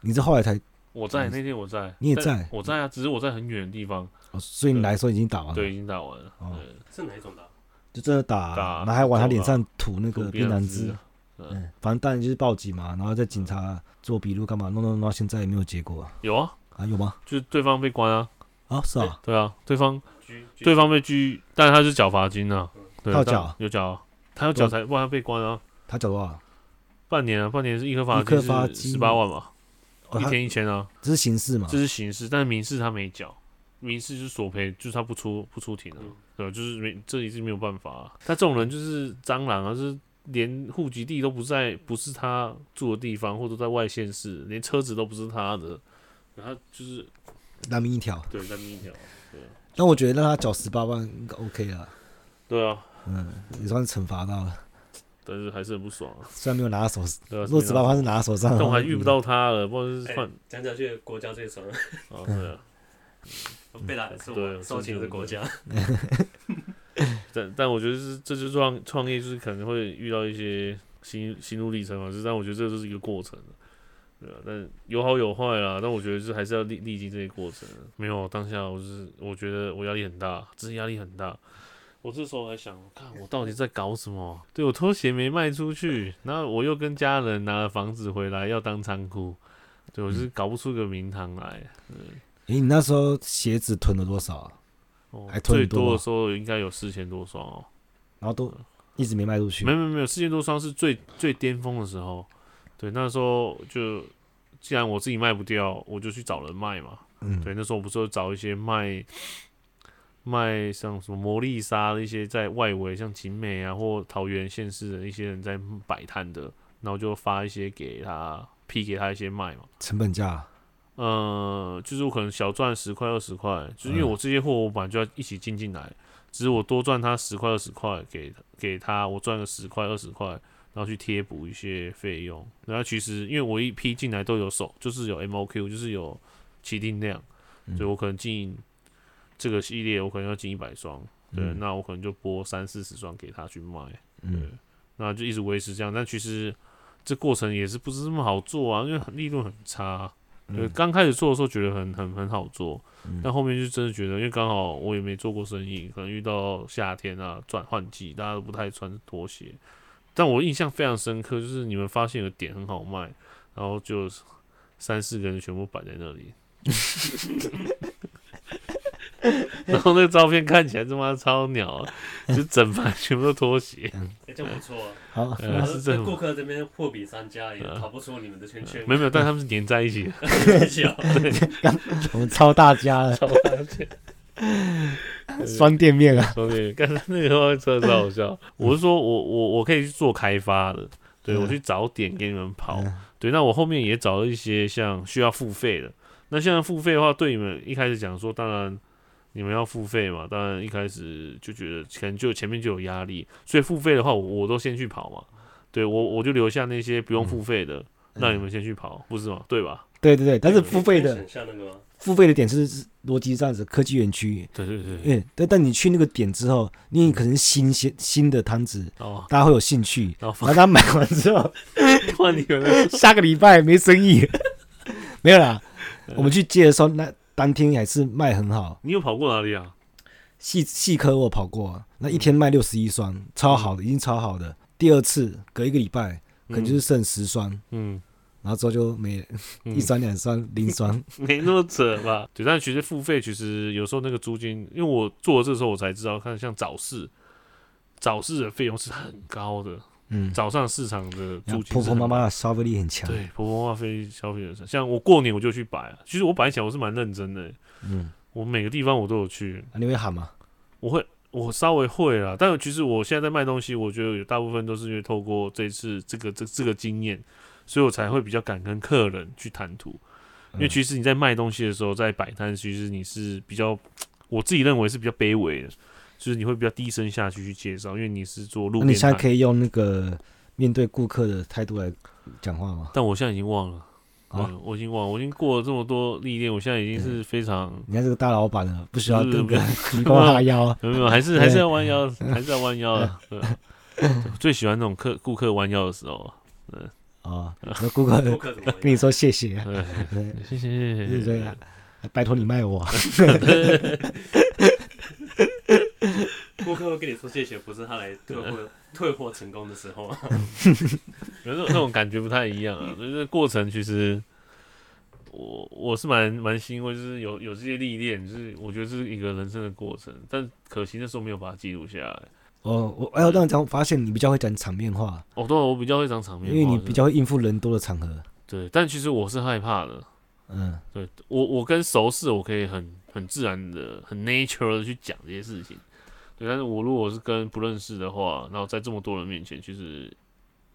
[SPEAKER 2] 你是后
[SPEAKER 1] 哦
[SPEAKER 2] 来才
[SPEAKER 1] 我在
[SPEAKER 2] 嗯
[SPEAKER 1] 那天我在，
[SPEAKER 2] 你也
[SPEAKER 1] 但
[SPEAKER 2] 在
[SPEAKER 1] 我在啊，只是我在很远的地方，
[SPEAKER 2] 哦，所以你
[SPEAKER 1] 对
[SPEAKER 2] 来的时候已经打完了，
[SPEAKER 1] 对，已经打完了，
[SPEAKER 2] 哦
[SPEAKER 1] 对
[SPEAKER 3] 是哪一种的啊？
[SPEAKER 2] 就真的打，
[SPEAKER 1] 打
[SPEAKER 2] 然后还往他
[SPEAKER 1] 揍
[SPEAKER 2] 脸
[SPEAKER 1] 啊
[SPEAKER 2] 上涂那
[SPEAKER 1] 左
[SPEAKER 2] 个
[SPEAKER 1] 边
[SPEAKER 2] 槟榔
[SPEAKER 1] 汁
[SPEAKER 2] 汁。
[SPEAKER 1] 啊，嗯，
[SPEAKER 2] 嗯，反正当然就是报警嘛，然后在警察做笔录干嘛，弄弄弄，到现在也没有结果啊，
[SPEAKER 1] 有啊，
[SPEAKER 2] 啊有吗？
[SPEAKER 1] 就是对方被关啊，
[SPEAKER 2] 啊是啊，
[SPEAKER 1] 对啊，对方
[SPEAKER 3] 狙嗯狙
[SPEAKER 1] 对方被拘，但是他是缴罚金啊，对
[SPEAKER 2] 他有
[SPEAKER 1] 但
[SPEAKER 2] 缴
[SPEAKER 1] 有缴啊，他有缴才不然他被关啊，
[SPEAKER 2] 他缴多少？
[SPEAKER 1] 半年啊，半年是一颗
[SPEAKER 2] 一颗罚
[SPEAKER 1] 罚
[SPEAKER 2] 金
[SPEAKER 1] 十八万嘛，
[SPEAKER 2] 哦
[SPEAKER 1] 一
[SPEAKER 2] 他
[SPEAKER 1] 天一千啊，
[SPEAKER 2] 这是刑事嘛
[SPEAKER 1] 这？是刑事，但是民事他没缴，民事就是索赔，就是他不出不出庭啊
[SPEAKER 3] 嗯，
[SPEAKER 1] 对，就是没这里是没有办法、啊，他这种人就是蟑螂啊，就是连户籍地都不在，不是他住的地方，或者在外县市，连车子都不是他的，然后他就是
[SPEAKER 2] 难民一条，
[SPEAKER 1] 对在一条，啊
[SPEAKER 2] 但我觉得让他缴十八万应该 OK 了，
[SPEAKER 1] 对啊，
[SPEAKER 2] 嗯，也算是惩罚到了，
[SPEAKER 1] 但是还是很不爽啊，
[SPEAKER 2] 虽然没有拿到手，
[SPEAKER 1] 对啊，
[SPEAKER 2] 如果十八万是拿到手上的话，
[SPEAKER 1] 但我还遇不到他了，不然就是
[SPEAKER 3] 哎
[SPEAKER 1] 犯
[SPEAKER 3] 讲讲去国家最爽，
[SPEAKER 1] 啊，对啊。
[SPEAKER 3] 被打的是
[SPEAKER 1] 对
[SPEAKER 3] 我，受气的是 国家。
[SPEAKER 1] 但但我觉得是，这就是创创业，就是可能会遇到一些心心路历程嘛。就是，但我觉得这就是一个过程，对啊。但有好有坏啦，但我觉得是还是要历历经这些过程。啊没有当下，我就是我觉得我压力很大，真是压力很大。我这时候还想，看我到底在搞什么？对我拖鞋没卖出去，然后我又跟家人拿了房子回来要当仓库，对我就是
[SPEAKER 2] 嗯
[SPEAKER 1] 搞不出个名堂来。
[SPEAKER 2] 诶，你那时候鞋子囤了多少啊？
[SPEAKER 1] 哦
[SPEAKER 2] 还，囤
[SPEAKER 1] 最
[SPEAKER 2] 很多
[SPEAKER 1] 多
[SPEAKER 2] 吗
[SPEAKER 1] 的时候应该有四千多双哦。
[SPEAKER 2] 然后都一直没卖出去
[SPEAKER 1] 没，有没有没有，四千多双是最最巅峰的时候。对，那时候就既然我自己卖不掉，我就去找人卖嘛。
[SPEAKER 2] 嗯，
[SPEAKER 1] 对，那时候我不是有找一些卖卖像什么魔力沙的一些在外围，像景美啊或桃园县市的一些人在摆摊的，然后就发一些给他批给他一些卖嘛。
[SPEAKER 2] 成本价，
[SPEAKER 1] 呃，就是我可能小赚十块二十块，就是因为
[SPEAKER 2] 嗯
[SPEAKER 1] 我这些货我本来就要一起进进来，只是我多赚他十块二十块给给他，我赚个十块二十块，然后去贴补一些费用。然后其实因为我一批进来都有手，就是有 MOQ，就是有起订量，
[SPEAKER 2] 嗯
[SPEAKER 1] 所以我可能进这个系列我可能要进一百双，对，
[SPEAKER 2] 嗯
[SPEAKER 1] 那我可能就拨三四十双给他去卖。
[SPEAKER 2] 嗯，
[SPEAKER 1] 那就一直维持这样。但其实这过程也是不是那么好做啊，因为很利润很差。啊对，
[SPEAKER 2] 嗯
[SPEAKER 1] 刚开始做的时候觉得很很很好做，
[SPEAKER 2] 嗯
[SPEAKER 1] 但后面就真的觉得，因为刚好我也没做过生意，可能遇到夏天啊转换季，大家都不太穿拖鞋。但我印象非常深刻，就是你们发现有点很好卖，然后就三四个人全部摆在那里， 然后那个照片看起来他妈超鸟啊，就整排全部都拖鞋。
[SPEAKER 3] 哎，这样不错啊。
[SPEAKER 2] 好，
[SPEAKER 1] 呃
[SPEAKER 3] 然
[SPEAKER 1] 是
[SPEAKER 3] 后
[SPEAKER 1] 这
[SPEAKER 3] 在
[SPEAKER 1] 样
[SPEAKER 3] 顾客这边货比三家，也
[SPEAKER 1] 呃
[SPEAKER 3] 逃不出你们的圈圈。
[SPEAKER 1] 没有没有，但他们是粘在一起的。
[SPEAKER 3] 很小，
[SPEAKER 2] 我们超大家 了，双店面啊，
[SPEAKER 1] 兄弟， 刚才那个话真的是好
[SPEAKER 2] 嗯
[SPEAKER 1] 笑。我是说我我我可以去做开发的，对
[SPEAKER 2] 嗯
[SPEAKER 1] 我去找点给你们跑。
[SPEAKER 2] 嗯
[SPEAKER 1] 对，那我后面也找了一些像需要付费的。那现在付费的话，对你们一开始讲说，当然你们要付费嘛，当然一开始就觉得可能就前面就有压力，所以付费的话，我我都先去跑嘛。对我我就留下那些不用
[SPEAKER 2] 嗯
[SPEAKER 1] 付费的，让你们先去跑，不是吗？对吧？
[SPEAKER 2] 对对对，但是付费的
[SPEAKER 3] 很像那个吗？
[SPEAKER 2] 付费的点是是逻辑上是科技园区，
[SPEAKER 1] 对对对对。
[SPEAKER 2] 嗯，但但你去那个点之后，你可能新鲜新的摊子，
[SPEAKER 1] 哦，
[SPEAKER 2] 大家会有兴趣，
[SPEAKER 1] 然后
[SPEAKER 2] 然后他买完之后，
[SPEAKER 1] 换你们的
[SPEAKER 2] 下个礼拜没生意， 没有啦。我们去接的时候，那当天还是卖很好，
[SPEAKER 1] 你有跑过哪里啊？
[SPEAKER 2] 细细科我跑过啊，那一天
[SPEAKER 1] 嗯
[SPEAKER 2] 卖六十一双，超好的，已经超好的。第二次隔一个礼拜，可能就是剩十双，
[SPEAKER 1] 嗯，
[SPEAKER 2] 然后之后就没了，
[SPEAKER 1] 嗯
[SPEAKER 2] 一双两 双零双，
[SPEAKER 1] 没那么扯吧？对，但其实付费其实有时候那个租金，因为我做了这时候我才知道，看像早市，早市的费用是很高的，
[SPEAKER 2] 嗯，
[SPEAKER 1] 早上市场的
[SPEAKER 2] 然
[SPEAKER 1] 租
[SPEAKER 2] 后
[SPEAKER 1] 金
[SPEAKER 2] 婆
[SPEAKER 1] 是
[SPEAKER 2] 婆
[SPEAKER 1] 很
[SPEAKER 2] 妈妈的消费力很强，
[SPEAKER 1] 对婆婆妈妈非消费者上，像我过年我就去摆啊，其实我摆起来我是蛮认真的、欸
[SPEAKER 2] 嗯，
[SPEAKER 1] 我每个地方我都有去，
[SPEAKER 2] 啊你会喊吗？
[SPEAKER 1] 我会我稍微会啦，但其实我现在在卖东西，我觉得有大部分都是因为透过这次这个这这个经验，所以我才会比较敢跟客人去谈吐。因为
[SPEAKER 2] 嗯
[SPEAKER 1] 其实你在卖东西的时候，在摆摊，其实你是比较，我自己认为是比较卑微的，就是你会比较低声下气去介绍，因为你是做路
[SPEAKER 2] 啊那你
[SPEAKER 1] 边
[SPEAKER 2] 现在
[SPEAKER 1] 摊。
[SPEAKER 2] 可以用那个面对顾客的态度来讲话吗？
[SPEAKER 1] 但我现在已经忘了，
[SPEAKER 2] 好
[SPEAKER 1] 对我已经忘了，我已经过了这么多历练，我现在已经
[SPEAKER 2] 嗯
[SPEAKER 1] 是非常
[SPEAKER 2] 你看这个大老板了，不需要
[SPEAKER 1] 不是
[SPEAKER 2] 跟
[SPEAKER 1] 不
[SPEAKER 2] 个提供哈腰，
[SPEAKER 1] 没有没有，还是还是要弯腰，还是要弯腰的。对啊 我最喜欢那种客顾客弯腰的时候，
[SPEAKER 2] 啊，那顾客
[SPEAKER 3] 顾客怎么
[SPEAKER 2] 跟你说谢谢，
[SPEAKER 1] 对，
[SPEAKER 2] 对
[SPEAKER 1] 谢谢
[SPEAKER 2] 对
[SPEAKER 1] 谢
[SPEAKER 2] 对
[SPEAKER 1] 谢
[SPEAKER 2] 啊。，拜托你卖我，
[SPEAKER 3] 顾客会跟你说谢谢，不是他来退货退货成功的时候啊，
[SPEAKER 1] 可是那种感觉不太一样啊， 就是过程其实我我是蛮蛮欣慰，就是有有这些历练，就是我觉得这是一个人生的过程，但可惜那时候没有把它记录下来。
[SPEAKER 2] 哦，我哎，我让讲，发现你比较会讲场面话，
[SPEAKER 1] 哦，对啊，我比较会讲场面
[SPEAKER 2] 因
[SPEAKER 1] 话，
[SPEAKER 2] 为
[SPEAKER 1] 哦
[SPEAKER 2] 你
[SPEAKER 1] 是
[SPEAKER 2] 比较会应付人多的场合，
[SPEAKER 1] 对，但其实我是害怕的。
[SPEAKER 2] 嗯，
[SPEAKER 1] 对我，我跟熟识，我可以很很自然的、很 natural 的去讲这些事情。对，但是我如果是跟不认识的话，然后在这么多人面前，其实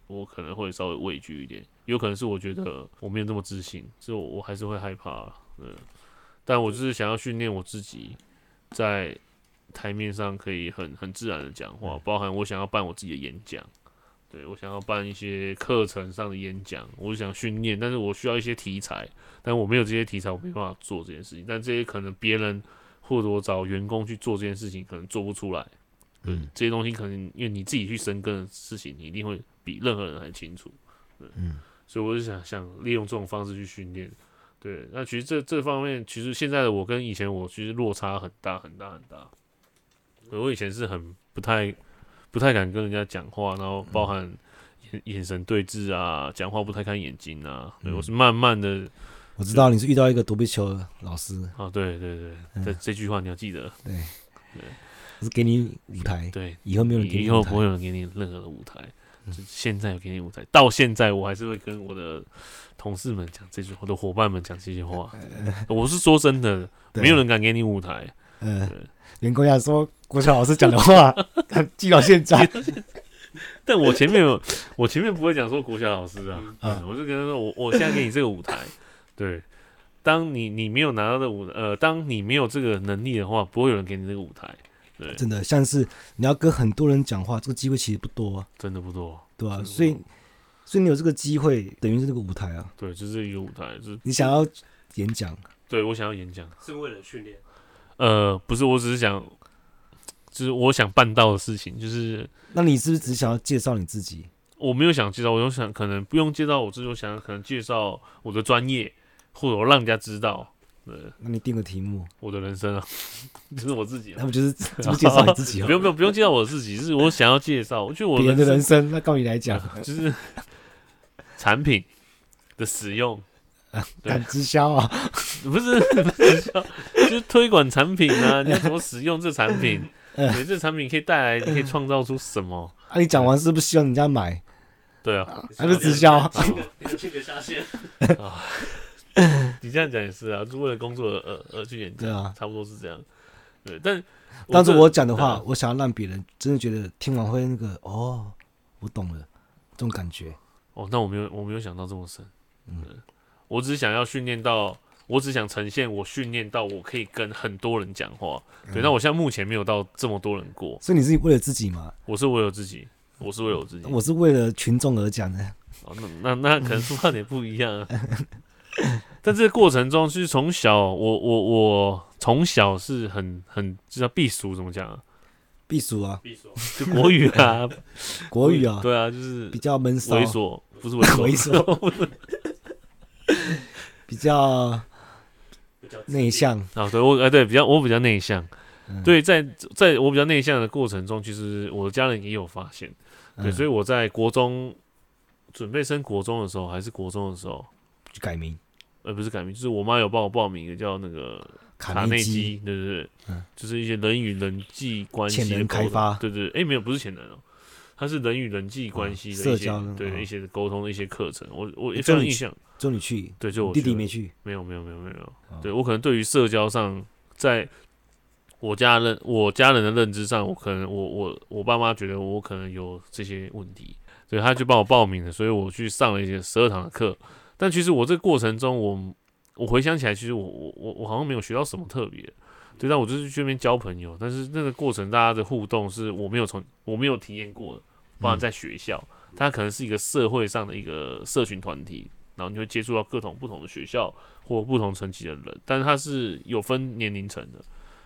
[SPEAKER 1] 我可能会稍微畏惧一点。有可能是我觉得我没有那么自信，所以我我还是会害怕。对，但我就是想要训练我自己，在台面上可以很很自然的讲话，包含我想要办我自己的演讲。对，我想要办一些课程上的演讲，我想训练，但是我需要一些题材，但我没有这些题材，我没办法做这件事情。但这些可能别人或者我找员工去做这件事情，可能做不出来。对，
[SPEAKER 2] 嗯
[SPEAKER 1] 这些东西可能因为你自己去深耕的事情，你一定会比任何人还清楚。对，
[SPEAKER 2] 嗯
[SPEAKER 1] 所以我就想想利用这种方式去训练。对，那其实这这方面，其实现在的我跟以前我其实落差很大很大很大。对我以前是很不太不太敢跟人家讲话，然后包含眼眼神对峙啊，讲话不太看眼睛啊。对
[SPEAKER 2] 嗯
[SPEAKER 1] 我是慢慢的
[SPEAKER 2] 我知道你是遇到一个躲避球的老师，
[SPEAKER 1] 啊，对对对，
[SPEAKER 2] 嗯
[SPEAKER 1] 这这句话你要记得，
[SPEAKER 2] 是给你舞台，
[SPEAKER 1] 对，
[SPEAKER 2] 以后没有人给
[SPEAKER 1] 以
[SPEAKER 2] 你
[SPEAKER 1] 以后
[SPEAKER 2] 舞
[SPEAKER 1] 不
[SPEAKER 2] 台嗯
[SPEAKER 1] 会，有人给你任何的舞台，就现在有给你舞台，到现在我还是会跟我的同事们讲这句，我的伙伴们讲这些 话，我是说真的，
[SPEAKER 2] 对
[SPEAKER 1] 没有人敢给你舞 台，
[SPEAKER 2] 呃
[SPEAKER 1] 对，
[SPEAKER 2] 员工要说国强老师讲的话 记到 现在，
[SPEAKER 1] 但我前面有，我前面不会讲说国小老师啊，
[SPEAKER 2] 嗯
[SPEAKER 1] 嗯我就跟他说，我我现在给你这个舞 台，对，当你你没有拿到的舞，呃，当你没有这个能力的话，不会有人给你这个舞台，对，
[SPEAKER 2] 真的像是你要跟很多人讲话，这个机会其实不多、啊，
[SPEAKER 1] 真的不多，
[SPEAKER 2] 对吧、
[SPEAKER 1] 真的不
[SPEAKER 2] 所以
[SPEAKER 1] 多
[SPEAKER 2] 所以你有这个机会，等于是这个舞台啊，
[SPEAKER 1] 对，就是一个舞台，就是
[SPEAKER 2] 你想要演讲，
[SPEAKER 1] 对我想要演讲。
[SPEAKER 3] 是为了训练，
[SPEAKER 1] 呃，不是，我只是想，就是我想办到的事情，就是
[SPEAKER 2] 那你是不是只想要介绍你自己？
[SPEAKER 1] 我没有想介绍，我就想可能不用介绍我自己，我想可能介绍我的专业，或者我让人家知道，呃，
[SPEAKER 2] 那你定个题目，
[SPEAKER 1] 我的人生啊， 就是我自己啊、
[SPEAKER 2] 那不就是 这不介绍你自己哦
[SPEAKER 1] 不？用不用不用介绍我自己，是我想要介 绍，就 我
[SPEAKER 2] 别人的
[SPEAKER 1] 生
[SPEAKER 2] 人 生，那告你来讲，
[SPEAKER 1] 就是产品 的使用，对
[SPEAKER 2] 敢直销啊，
[SPEAKER 1] 不是 不是说，就是推广产品 啊，你要怎么使用这产品？
[SPEAKER 2] 嗯
[SPEAKER 1] 对，这产品可以带来，你可以创造出什么？
[SPEAKER 2] 啊，你讲完是不是希望人家 买？
[SPEAKER 1] 对啊，
[SPEAKER 2] 还是直销啊？
[SPEAKER 3] 性格你的性格下线，
[SPEAKER 1] 你这样讲也是啊，就为了工作而而而去演
[SPEAKER 2] 对
[SPEAKER 1] 讲，
[SPEAKER 2] 啊，
[SPEAKER 1] 差不多是这样。对，但
[SPEAKER 2] 当时
[SPEAKER 1] 这
[SPEAKER 2] 我讲的话，
[SPEAKER 1] 嗯
[SPEAKER 2] 我想要让别人真的觉得听完会那个哦，我懂了，这种感觉。
[SPEAKER 1] 哦，那我没有我没有想到这么深，
[SPEAKER 2] 嗯
[SPEAKER 1] 对我只是想要训练到，我只想呈现我训练到我可以跟很多人讲话。
[SPEAKER 2] 嗯
[SPEAKER 1] 对，那我现在目前没有到这么多人过，
[SPEAKER 2] 所以你是为了自己嘛？
[SPEAKER 1] 我是为了自己，我是为了我自己。
[SPEAKER 2] 我是为了群众而讲的。
[SPEAKER 1] 哦，那那那可能出发点不一样 啊。但这个过程中，就是从小我我我从小是很很知道避暑怎么讲啊，
[SPEAKER 2] 避暑啊，
[SPEAKER 3] 必说
[SPEAKER 1] 就国语啊，
[SPEAKER 2] 国语啊，
[SPEAKER 1] 对啊，就是
[SPEAKER 2] 比较闷骚，
[SPEAKER 1] 猥琐，不是
[SPEAKER 2] 猥
[SPEAKER 1] 猥琐，
[SPEAKER 2] 琐，比较
[SPEAKER 3] 比较自信
[SPEAKER 2] 内，向。
[SPEAKER 1] 啊，对我，哎，对，比较我比较内向，
[SPEAKER 2] 嗯，
[SPEAKER 1] 对，在在我比较内向的过程中，其实我的家人也有发现，对，
[SPEAKER 2] 嗯
[SPEAKER 1] 所以我在国中准备升国中的时候，还是国中的时候，
[SPEAKER 2] 就改名
[SPEAKER 1] 呃，不是改名，就是我妈有帮我报名一个叫那个卡内
[SPEAKER 2] 内基，
[SPEAKER 1] 基，对对对，
[SPEAKER 2] 嗯
[SPEAKER 1] 就是一些人与人际关系
[SPEAKER 2] 潜
[SPEAKER 1] 的
[SPEAKER 2] 能
[SPEAKER 1] 沟通
[SPEAKER 2] 开发
[SPEAKER 1] 对对，对哎，没有，不是潜能哦。它是人与人际关系的一
[SPEAKER 2] 社
[SPEAKER 1] 些、
[SPEAKER 2] 交的哦
[SPEAKER 1] 对一些沟通的一些课程，我我也
[SPEAKER 2] 你
[SPEAKER 1] 非常
[SPEAKER 2] 你
[SPEAKER 1] 印
[SPEAKER 2] 去
[SPEAKER 1] 象。
[SPEAKER 2] 就你去，
[SPEAKER 1] 对，就我
[SPEAKER 2] 弟
[SPEAKER 1] 去
[SPEAKER 2] 弟
[SPEAKER 1] 了
[SPEAKER 2] 没去，
[SPEAKER 1] 没有没有没有没有没有，
[SPEAKER 2] 哦
[SPEAKER 1] 对我可能对于社交上，在我家认我家人的认知上，我可能我我我爸妈觉得我可能有这些问题，所以他就帮我报名了，所以我去上了一些十二堂的课。但其实我这个过程中，我我回想起来，其实我我我我好像没有学到什么特别的，对，但我就是去那边交朋友，但是那个过程大家的互动是我没有从我没有体验过的，包含在学校，它可能是一个社会上的一个社群团体，然后你会接触到各种不同的学校或不同层级的人，但是它是有分年龄层的，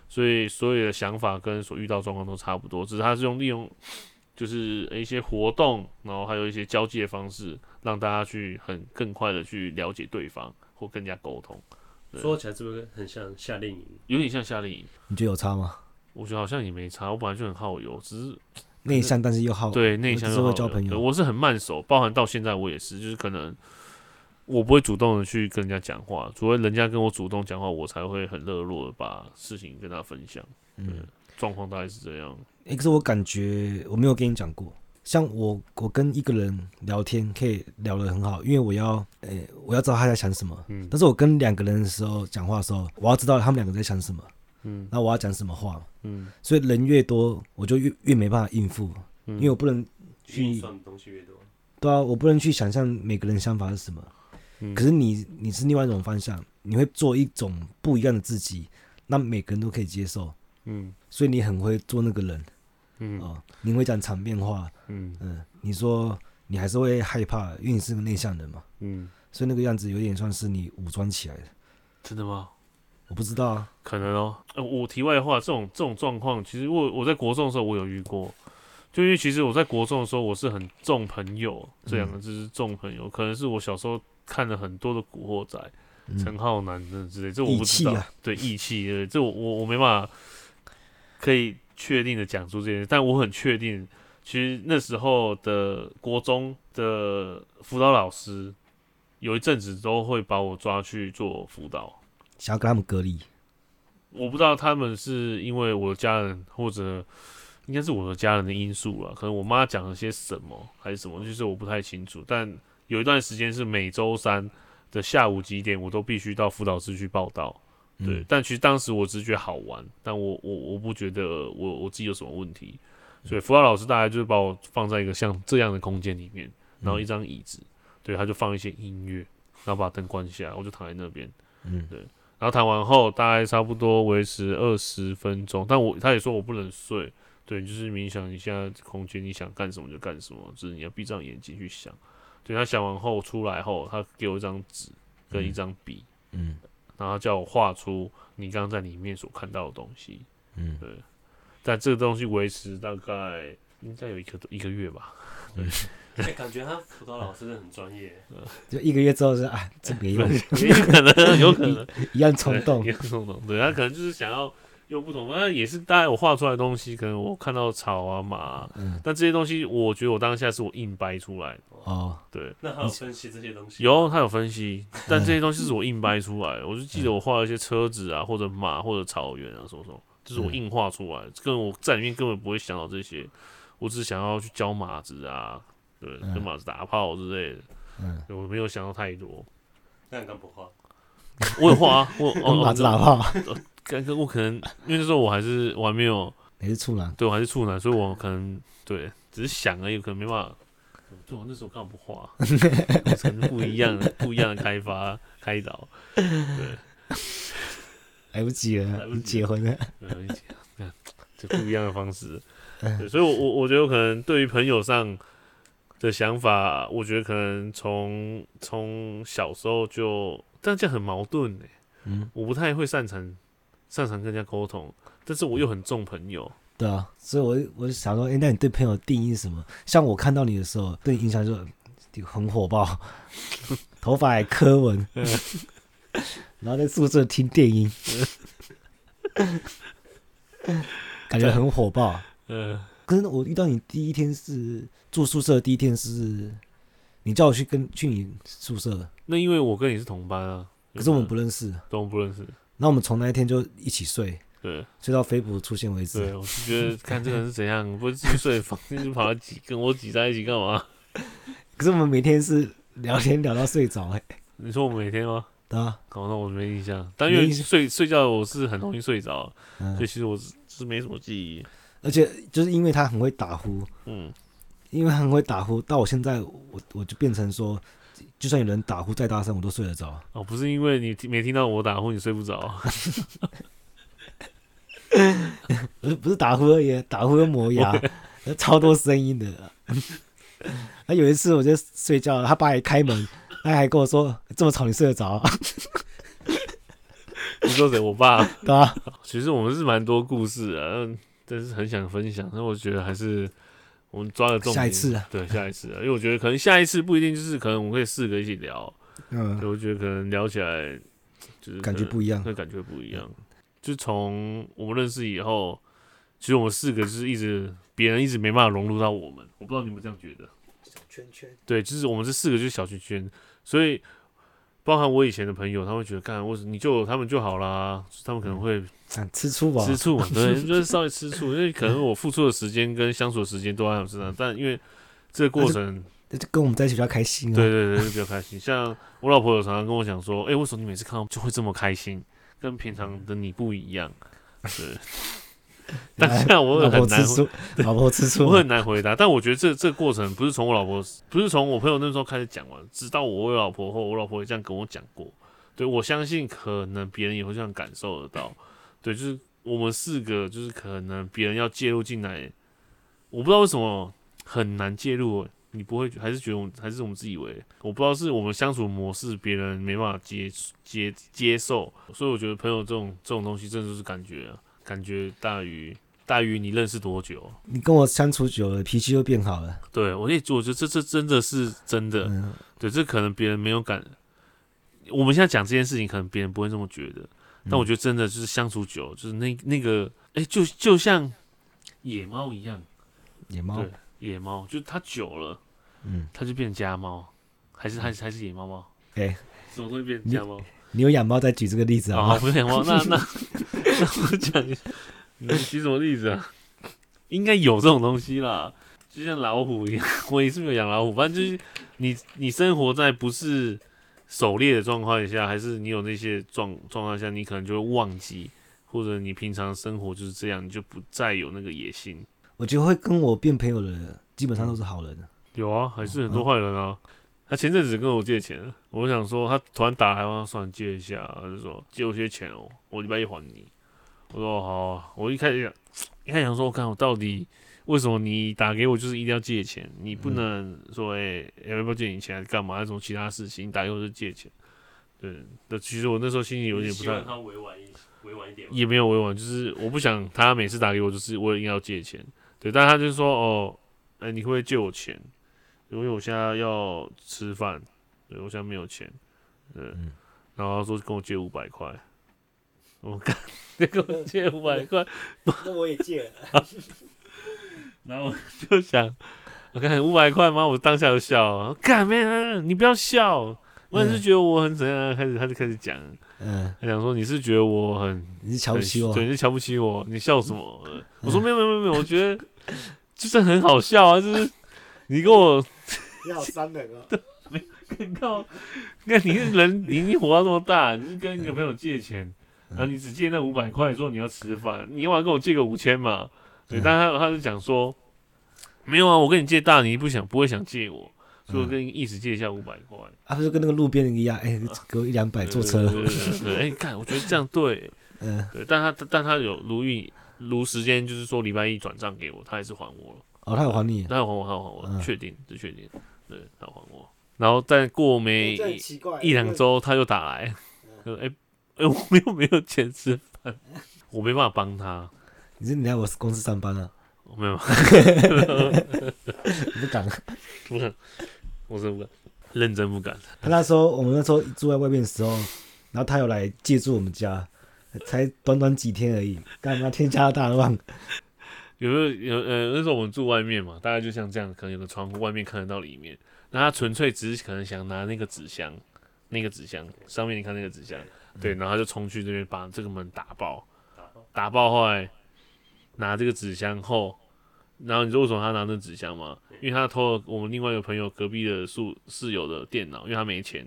[SPEAKER 1] 所以所有的想法跟所遇到的状况都差不多，只是它是用利用就是一些活动，然后还有一些交际的方式，让大家去很更快的去了解对方或更加沟通，
[SPEAKER 3] 说起来是不是很像夏令营？
[SPEAKER 1] 有点像夏令营。
[SPEAKER 2] 你觉得有差吗？
[SPEAKER 1] 我觉得好像也没差，我本来就很好游，只是
[SPEAKER 2] 内向但是又好，
[SPEAKER 1] 对内向
[SPEAKER 2] 哦
[SPEAKER 1] 又
[SPEAKER 2] 只是
[SPEAKER 1] 好
[SPEAKER 2] 会
[SPEAKER 1] 友
[SPEAKER 2] 交朋
[SPEAKER 1] 对
[SPEAKER 2] 友。
[SPEAKER 1] 我是很慢熟，包含到现在我也是，就是可能我不会主动的去跟人家讲话，除非人家跟我主动讲话，我才会很热络的把事情跟他分享。
[SPEAKER 2] 嗯，
[SPEAKER 1] 状况大概是这样，
[SPEAKER 2] 欸可是我感觉我没有跟你讲过，像我我跟一个人聊天可以聊得很好，因为我要呃、我要知道他在想什么。
[SPEAKER 1] 嗯
[SPEAKER 2] 但是我跟两个人的时候讲话的时候，我要知道他们两个在想什么，
[SPEAKER 1] 嗯
[SPEAKER 2] 那我要讲什么话。
[SPEAKER 1] 嗯
[SPEAKER 2] 所以人越多，我就越越没办法应付，
[SPEAKER 1] 嗯，
[SPEAKER 2] 因为我不能
[SPEAKER 3] 去运算的东西越多，
[SPEAKER 2] 对啊，我不能去想象每个人想法是什么。
[SPEAKER 1] 嗯
[SPEAKER 2] 可是你你是另外一种方向，你会做一种不一样的自己，那每个人都可以接受，
[SPEAKER 1] 嗯
[SPEAKER 2] 所以你很会做那个人
[SPEAKER 1] 嗯
[SPEAKER 2] 哦，你会讲场面话，
[SPEAKER 1] 嗯
[SPEAKER 2] 嗯，你说你还是会害怕，因为你是个内向人嘛，
[SPEAKER 1] 嗯，
[SPEAKER 2] 所以那个样子有点算是你武装起来的。
[SPEAKER 1] 真的吗？
[SPEAKER 2] 我不知道啊，
[SPEAKER 1] 可能哦、呃我题外话，这种这种状况，其实我我在国中的时候我有遇过，就因为其实我在国中的时候我是很重朋友，这两个
[SPEAKER 2] 嗯
[SPEAKER 1] 字是重朋友，可能是我小时候看了很多的《古惑仔》。陈
[SPEAKER 2] 嗯，
[SPEAKER 1] 浩南的之类，这我不知
[SPEAKER 2] 义
[SPEAKER 1] 道。
[SPEAKER 2] 气啊
[SPEAKER 1] 对义气，对这我我我没办法可以确定的讲出这件事，但我很确定，其实那时候的国中的辅导老师有一阵子都会把我抓去做辅导。
[SPEAKER 2] 想要跟他们隔离，
[SPEAKER 1] 我不知道他们是因为我的家人或者应该是我的家人的因素了，可能我妈讲了些什么还是什么，就是我不太清楚。但有一段时间是每周三的下午几点，我都必须到辅导室去报道。
[SPEAKER 2] 嗯
[SPEAKER 1] 对，，但其实当时我只是觉得好玩，但我我我不觉得我我自己有什么问题，所以辅导老师大概就是把我放在一个像这样的空间里面，然后一张椅子，对，他就放一些音乐，然后把灯关下来，我就躺在那边，
[SPEAKER 2] 嗯
[SPEAKER 1] 然后谈完后大概差不多维持二十分钟，但我他也说我不能睡，对，就是冥想一下空间，你想干什么就干什么，就是你要闭上眼睛去想，对他想完后出来后，他给我一张纸跟一张笔，
[SPEAKER 2] 嗯
[SPEAKER 1] 然后叫我画出你刚刚在里面所看到的东西。
[SPEAKER 2] 嗯，
[SPEAKER 1] 但这个东西维持大概应该有一个一个月吧，
[SPEAKER 3] 哎，感觉他辅导老师真的很专业，
[SPEAKER 2] 就一个月之后是啊，这 没用，
[SPEAKER 1] 也有可能，有可能
[SPEAKER 2] 一样冲动
[SPEAKER 1] 也，很冲动。对他可能就是想要用不同，那也是大概我画出来的东西，可能我看到草啊马啊
[SPEAKER 2] 嗯，
[SPEAKER 1] 但这些东西我觉得我当下是我硬掰出来的。
[SPEAKER 2] 哦，
[SPEAKER 1] 对，
[SPEAKER 3] 那他有分析这些东西，
[SPEAKER 1] 嗯有他有分析，但这些东西是我硬掰出来的。我就记得我画了一些车子啊，或者马，或者草原啊，什么什么，这
[SPEAKER 2] 嗯
[SPEAKER 1] 是我硬画出来的。跟我在里面根本不会想到这些，我只是想要去教马子啊，对，
[SPEAKER 2] 嗯
[SPEAKER 1] 跟马子打炮之类的。
[SPEAKER 2] 嗯，
[SPEAKER 1] 对我没有想到太多，
[SPEAKER 3] 那你干不画？
[SPEAKER 1] 我有画、啊，我
[SPEAKER 2] 跟
[SPEAKER 1] 哦，
[SPEAKER 2] 马子打炮，
[SPEAKER 1] 跟跟我可能因为那时候我还是我还没有，
[SPEAKER 2] 你是处男，
[SPEAKER 1] 对我还是处男，所以我可能对只是想而已，可能没办法。对，啊我那时候干嘛不画？我可能不一样的不一样的开发开导。
[SPEAKER 2] 来不及
[SPEAKER 1] 来
[SPEAKER 2] 了，
[SPEAKER 1] 不及
[SPEAKER 2] 你结婚了，
[SPEAKER 1] 嗯，看这不一样的方式。
[SPEAKER 2] 哎
[SPEAKER 1] 对，所以我，我我觉得我可能对于朋友上的想法，我觉得可能从从小时候就，但这样很矛盾呢、
[SPEAKER 2] 嗯，
[SPEAKER 1] 我不太会擅长擅长跟人家沟通，但是我又很重朋友。
[SPEAKER 2] 对啊，所以我就我就想说，哎、那你对朋友的定义是什么？像我看到你的时候，对你印象就就很火爆， 头发还柯 文，然后在宿舍听电音，感觉很火爆。
[SPEAKER 1] 嗯、
[SPEAKER 2] 可是我遇到你第一天是住宿舍，第一天是你叫我去跟去你宿舍，
[SPEAKER 1] 那因为我跟你是同班啊，
[SPEAKER 2] 可是我们不认识，
[SPEAKER 1] 都我们不认识。
[SPEAKER 2] 然后我们从那一天就一起睡，
[SPEAKER 1] 对
[SPEAKER 2] 睡到飞捕出现为止。
[SPEAKER 1] 对，啊我就觉得看这个人是怎样， 不是自己睡的房间就跑来挤，跟我挤在一起干嘛？
[SPEAKER 2] 可是我们每天是聊天聊到睡着、欸，哎，
[SPEAKER 1] 你说我每天吗？
[SPEAKER 2] 对啊。
[SPEAKER 1] 搞那我没印象，但
[SPEAKER 2] 没
[SPEAKER 1] 因为
[SPEAKER 2] 印象
[SPEAKER 1] 睡睡觉我是很容易睡着，
[SPEAKER 2] 嗯
[SPEAKER 1] 所以其实我是是没什么记忆。
[SPEAKER 2] 而且就是因为他很会打呼，
[SPEAKER 1] 嗯，
[SPEAKER 2] 因为他很会打呼，到我现在我我就变成说，就算有人打呼再大声，我都睡得着。
[SPEAKER 1] 哦，不是因为你听没听到我打呼，你睡不着，
[SPEAKER 2] 不是不是打呼而已，打呼又磨 牙，超多声音的。啊，有一次我就睡觉，他爸一开门，他还跟我说这么吵你睡得着、啊，
[SPEAKER 1] 你说谁？我爸。
[SPEAKER 2] 对吧、啊？
[SPEAKER 1] 其实我们是蛮多故事啊，嗯但是很想分享。那我觉得还是我们抓了重点，
[SPEAKER 2] 下一次啊
[SPEAKER 1] 对下一次啊，因为我觉得可能下一次不一定就是，可能我们可以四个一起聊。对，
[SPEAKER 2] 嗯，
[SPEAKER 1] 我觉得可能聊起来就是
[SPEAKER 2] 感觉
[SPEAKER 1] 可能
[SPEAKER 2] 不一样。
[SPEAKER 1] 那感觉不一样。
[SPEAKER 3] 嗯
[SPEAKER 1] 就从我们认识以后，其实我们四个就是一直别人一直没办法融入到我们，我不知道你们这样觉得。
[SPEAKER 3] 圈圈，
[SPEAKER 1] 对，就是我们这四个就是小圈圈，所以包含我以前的朋友，他会觉得干我你就有他们就好啦，他
[SPEAKER 3] 嗯
[SPEAKER 1] 们可能会
[SPEAKER 2] 啊，吃醋吧，
[SPEAKER 1] 吃醋嘛，对，就是稍微吃醋，因为可能我付出的时间跟相处的时间都在他们身上，但因为这个过程，
[SPEAKER 2] 那就跟我们在一起比较开心啊。
[SPEAKER 1] 对对对，就比较开心。像我老婆有常常跟我讲说，哎、为什么你每次看到就会这么开心，跟平常的你不一样？对， 但现在我
[SPEAKER 2] 老
[SPEAKER 1] 很
[SPEAKER 2] 婆
[SPEAKER 1] 难
[SPEAKER 2] 吃
[SPEAKER 1] 回
[SPEAKER 2] 醋，老婆吃 醋
[SPEAKER 1] 我，很难回答，但我觉得这这个过程不是从我老婆，不是从我朋友那时候开始讲完，直到我有老婆后，我老婆也这样跟我讲过。对，我相信可能别人也会这样感受得到。对，就是我们四个，就是可能别人要介入进来，我不知道为什么很难介入。你不会还是觉得我们还是我们自以为，我不知道是我们相处模式别人没办法接接接受，所以我觉得朋友这种这种东西真的就是感觉啊，感觉大于大于你认识多久。
[SPEAKER 2] 你跟我相处久了，脾气就变好了。
[SPEAKER 1] 对，我也我觉得这这真的是真的，
[SPEAKER 2] 嗯，
[SPEAKER 1] 对，这可能别人没有感。我们现在讲这件事情，可能别人不会这么觉得，但
[SPEAKER 2] 嗯
[SPEAKER 1] 我觉得真的就是相处久了，就是那那个，哎、就就像野猫一样，
[SPEAKER 2] 得野猫
[SPEAKER 1] 对，野猫就是它久了，
[SPEAKER 2] 嗯，
[SPEAKER 1] 它就变家猫，还是还是还是野猫猫？
[SPEAKER 2] 哎
[SPEAKER 1] 什么东西变家猫？
[SPEAKER 2] 你有养猫再举这个例子好
[SPEAKER 1] 啊，
[SPEAKER 2] 吗？
[SPEAKER 1] 不是野猫，那那那我讲一下，你举什么例子啊？应该有这种东西啦，就像老虎一样，我也是没有养老虎，反正就是你你生活在不是狩猎的状况下，还是你有那些状状况下，你可能就会忘记，或者你平常生活就是这样，你就不再有那个野心。
[SPEAKER 2] 我觉得会跟我变朋友的，基本上都是好人。
[SPEAKER 1] 有啊，还是很多坏人啊。他前阵子跟我借钱，我想说他突然打来，我说算借一下，他就说借我些钱哦，我礼拜一还你。我说好啊、我一开始想，一开始想说，我看我到底为什么你打给我就是一定要借钱，你不能说哎、要不要借你钱还是干嘛，还是什么其他事情，你打给我就借钱。对，那其实我那时候心里有点不
[SPEAKER 3] 希
[SPEAKER 1] 太
[SPEAKER 3] 望，他委婉一委婉一点嘛。
[SPEAKER 1] 也没有委婉，就是我不想他每次打给我，就是我也要借钱。对，但他就说哦，哎、你会不会借我钱？因为我现在要吃饭，对我现在没有钱。对，
[SPEAKER 2] 嗯
[SPEAKER 1] 然后他说跟我借五百块，我干，你跟我借五百块，
[SPEAKER 2] 那我也借了，
[SPEAKER 1] 然后我就想，我看五百块吗？我当下就笑了，干没人，你不要笑。我也是觉得我很怎样，开始他就开始讲，
[SPEAKER 2] 嗯，
[SPEAKER 1] 他讲说你是觉得我很
[SPEAKER 2] 你是瞧不起我
[SPEAKER 1] 对，，你瞧不起我，你笑什么？ 呃我说没有没有没有没有，我觉得就是很好笑啊，就是你跟我，
[SPEAKER 2] 你好伤人哦。
[SPEAKER 1] 你靠，那你是人，你你活到这么大，你跟一个朋友借钱，
[SPEAKER 2] 嗯
[SPEAKER 1] 然后你只借那五百块，说你要吃饭，你要不然跟我借个五千嘛？对，
[SPEAKER 2] 嗯
[SPEAKER 1] 但他他就讲说，没有啊，我跟你借大，你不想不会想借我，
[SPEAKER 2] 嗯
[SPEAKER 1] 所以我跟你一直借一下五百块。
[SPEAKER 2] 啊，不是跟那个路边的一样，哎，给我一两百坐车
[SPEAKER 1] 对，对对对对，哎，看，我觉得这样对。
[SPEAKER 2] 嗯，
[SPEAKER 1] 对，但他但他有如意如时间，就是说礼拜一转账给我，他还是还我了，
[SPEAKER 2] 哦，他有还你，
[SPEAKER 1] 他有还我，他有还我，
[SPEAKER 2] 嗯
[SPEAKER 1] 确定，这确定，对，他有还我。然后但过没
[SPEAKER 2] 这很
[SPEAKER 1] 一
[SPEAKER 2] 奇怪
[SPEAKER 1] 一两周，他又打来，他说：“哎、哎、我们又没有钱吃饭，我没办法帮他，
[SPEAKER 2] 你是你来我公司上班啊？
[SPEAKER 1] 我没有，
[SPEAKER 2] 我不敢。啊
[SPEAKER 1] 不敢，我真的不敢，认真不敢。
[SPEAKER 2] 他那时候我们那时候住在外面的时候，然后他有来借住我们家，才短短几天而已，干嘛天下大乱？
[SPEAKER 1] 有没有有呃，那时候我们住外面嘛，大概就像这样，可能有个窗户外面看得到里面。那他纯粹只是可能想拿那个纸箱，那个纸箱上面你看那个纸箱，对，然后他就冲去这边把这个门打爆，打爆后来拿这个纸箱后，然后你知道为什么他拿那纸箱吗？因为他偷了我们另外一个朋友隔壁的宿室友的电脑，因为他没钱，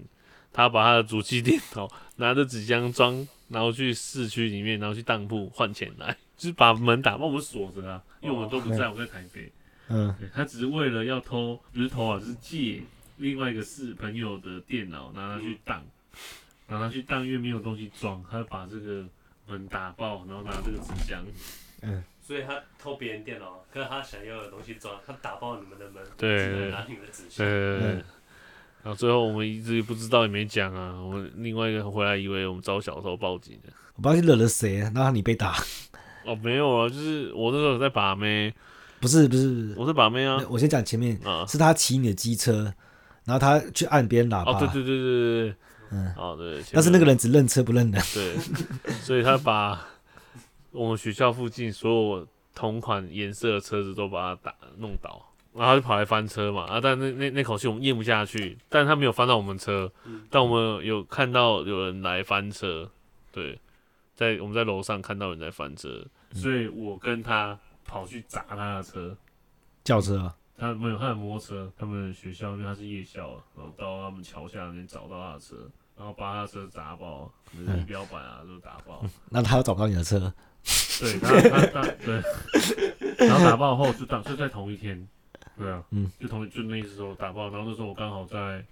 [SPEAKER 1] 他把他的主机电脑拿着纸箱装，然后去市区里面，然后去当铺换钱来，就是把门打爆，我们锁着啊，因为我们都不在，我在台北。
[SPEAKER 2] 嗯，
[SPEAKER 1] 对他只是为了要偷，不是偷啊，就是借另外一个是朋友的电脑，拿他去当，拿他去当，因为没有东西装，他就把这个门打爆，然后拿这个纸箱，
[SPEAKER 3] 所以他偷别人电脑，可是他想要的东西装，他打爆你们的门，
[SPEAKER 1] 对
[SPEAKER 3] 只能
[SPEAKER 1] 对
[SPEAKER 3] 拿你们的纸箱。
[SPEAKER 1] 呃，然后最后我们一直不知道也没讲啊，我们另外一个人回来以为我们招小偷报警的，
[SPEAKER 2] 我不知道你惹了谁，然后你被打，
[SPEAKER 1] 哦没有啊，就是我那时候有在把妹，
[SPEAKER 2] 不是不是，
[SPEAKER 1] 我在把妹啊
[SPEAKER 2] 我先讲前面，
[SPEAKER 1] 啊
[SPEAKER 2] 是他骑你的机车，然后他去按别人喇叭，
[SPEAKER 1] 哦对对对对对，
[SPEAKER 2] 嗯，
[SPEAKER 1] 哦对，前
[SPEAKER 2] 但是那
[SPEAKER 1] 面
[SPEAKER 2] 个人只认车不 认人，
[SPEAKER 1] 对，所以他把我们学校附近所有同款颜色的车子都把它打弄倒，然后他就跑来翻车嘛。啊，但那那那口气我们咽不下去，但他没有翻到我们车，但我们有看到有人来翻车，对，在我们在楼上看到有人在翻车，所以我跟他跑去砸他的车。
[SPEAKER 2] 轿车啊，
[SPEAKER 1] 他没有，他的摩托车，他们学校因为他是夜校啊，然后到他们桥下那边找到他的车，然后把他的车砸爆，就是
[SPEAKER 2] 嗯
[SPEAKER 1] 标板啊都打爆，
[SPEAKER 2] 那他又找不到你的车，
[SPEAKER 1] 对，他他他对，然后打爆后就打就在同一天，对啊，
[SPEAKER 2] 嗯
[SPEAKER 1] 就同就那时候打爆，然后那时候我刚好在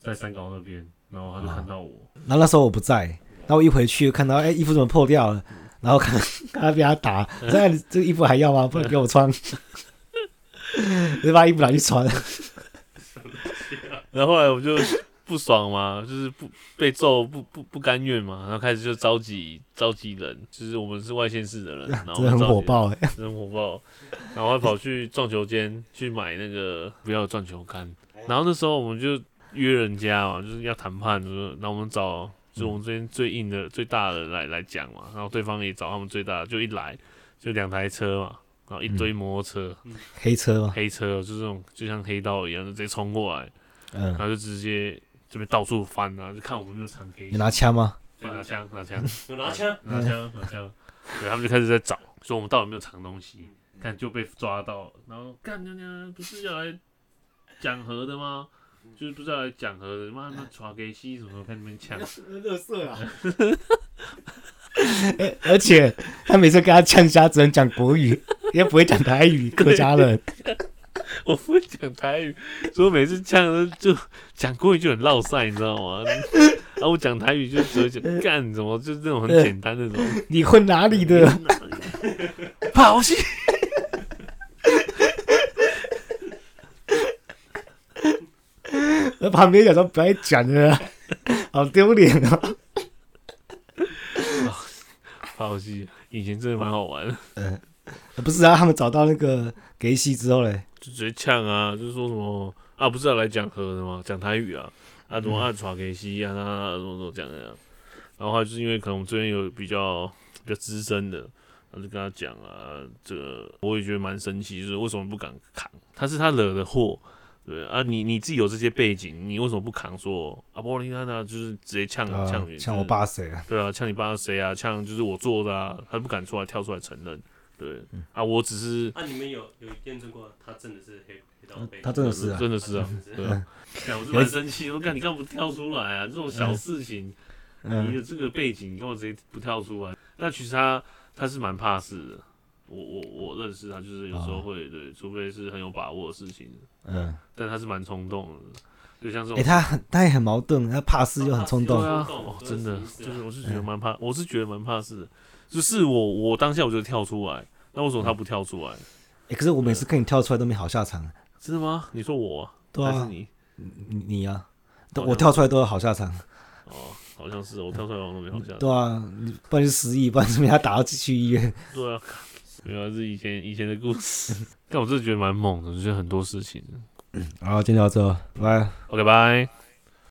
[SPEAKER 1] 在三高那边，然后他就看到我，
[SPEAKER 2] 然后那时候我不在，然后我一回去看到，哎、衣服怎么破掉了？然后看 看他被他打，我说哎你这个衣服还要吗？不然给 我穿， 我就把衣服拿去穿。
[SPEAKER 1] 然后后来我就不爽嘛，就是不被揍不不不甘愿嘛，然后开始就召集召集人，就是我们是外县市的 人，然后
[SPEAKER 2] 真的很
[SPEAKER 1] 召集
[SPEAKER 2] 火
[SPEAKER 1] 人
[SPEAKER 2] 爆哎、
[SPEAKER 1] 真火爆，然后还跑去撞球间去买那个不要撞球杆，然后那时候我们就约人家嘛，就是要谈判，就是那我们找就我们这边最硬的、最大的来来讲嘛，然后对方也找他们最大的，就一来就两台车嘛，然后一
[SPEAKER 2] 嗯
[SPEAKER 1] 堆摩托车、
[SPEAKER 2] 黑车嘛，
[SPEAKER 1] 黑车，就是这种就像黑道一样，就直接冲过来，
[SPEAKER 2] 嗯
[SPEAKER 1] 然，后就直接这边到处翻啊，就看我们就藏黑
[SPEAKER 2] 你，拿枪吗？
[SPEAKER 1] 对拿枪拿枪，
[SPEAKER 3] 有拿枪，
[SPEAKER 1] 拿枪，拿枪，对他们就开始在找，说我们到底有没有藏东西，看就被抓到了，然后干娘娘不是要来讲和的吗？就是不是要来讲和的，妈那抓给西什么时候看你们抢，
[SPEAKER 2] 乐色 啊！哎而且他每次跟他呛虾，只能讲国语， 也不会讲台语，客家人。
[SPEAKER 1] 我不会讲台语，所以每次呛的就讲国语就很落塞，你知道吗？ 然后我讲台语就只会讲干什么，就是那种很简单那种，
[SPEAKER 2] 你混哪里的？
[SPEAKER 1] 跑 西。
[SPEAKER 2] 在旁边讲说不爱讲了， 好丢脸啊！
[SPEAKER 1] 跑西，以前真的蛮好玩的，
[SPEAKER 2] 不是啊，他们找到那个给西之后嘞，
[SPEAKER 1] 就直接呛啊，就说什么啊，不是要来讲和的吗？讲台语啊，啊，
[SPEAKER 2] 嗯
[SPEAKER 1] 怎么按耍给西啊，那那怎么怎么讲的、啊。然后他就是因为可能我们这边有比较比较资深的，然后就跟他讲啊，这个我也觉得蛮神奇，就是为什么不敢扛？他是他惹的祸，对啊，你你自己有这些背景，你为什么不扛说啊，波利娜娜就是直接呛
[SPEAKER 2] 啊
[SPEAKER 1] 呛你，
[SPEAKER 2] 呛我爸谁啊？
[SPEAKER 1] 对啊，呛你爸是谁啊？呛就是我做的啊，他不敢出来跳出来承认，对
[SPEAKER 2] 嗯
[SPEAKER 1] 啊，我只是
[SPEAKER 3] 啊，你们有有验证过他真的是黑黑道背景？
[SPEAKER 2] 他真的是啊，
[SPEAKER 1] 真的是啊，对啊。干我就蛮生气，我看你干嘛不跳出来啊？这种小事情，你
[SPEAKER 2] 嗯，
[SPEAKER 1] 的这个背景，你干嘛直接不跳出来？那其实他他是蛮怕事的，我我我认识他，就是有时候会对，除非是很有把握的事情，
[SPEAKER 2] 嗯，
[SPEAKER 1] 但他是蛮冲动的，就像这
[SPEAKER 2] 哎、
[SPEAKER 1] 种。
[SPEAKER 2] 他很他也很矛盾，他怕事又很冲
[SPEAKER 1] 对
[SPEAKER 2] 动，
[SPEAKER 1] 啊，
[SPEAKER 3] 冲动
[SPEAKER 1] 哦，真的
[SPEAKER 3] 这，是什么意思啊
[SPEAKER 1] 就是我是觉得蛮怕，我是觉得蛮怕事的，就是我我当下我就跳出来，那为什么他不跳出来？
[SPEAKER 2] 哎、可是我每次看你跳出来都没好下场，
[SPEAKER 1] 真的吗？你说我啊
[SPEAKER 2] 对
[SPEAKER 1] 还是
[SPEAKER 2] 啊，
[SPEAKER 1] 你？
[SPEAKER 2] 你你啊，都
[SPEAKER 1] 好像
[SPEAKER 2] 我跳出来都有好下场，
[SPEAKER 1] 哦，好像是我跳出来，我都没好像。
[SPEAKER 2] 对啊，你不然就失忆，不然就被他打到去医院，
[SPEAKER 1] 对啊，没有啊，是以前以前的故事。 但我真的觉得蛮猛的，就是很多事情。
[SPEAKER 2] 好，今天到这，拜拜。
[SPEAKER 1] OK，拜。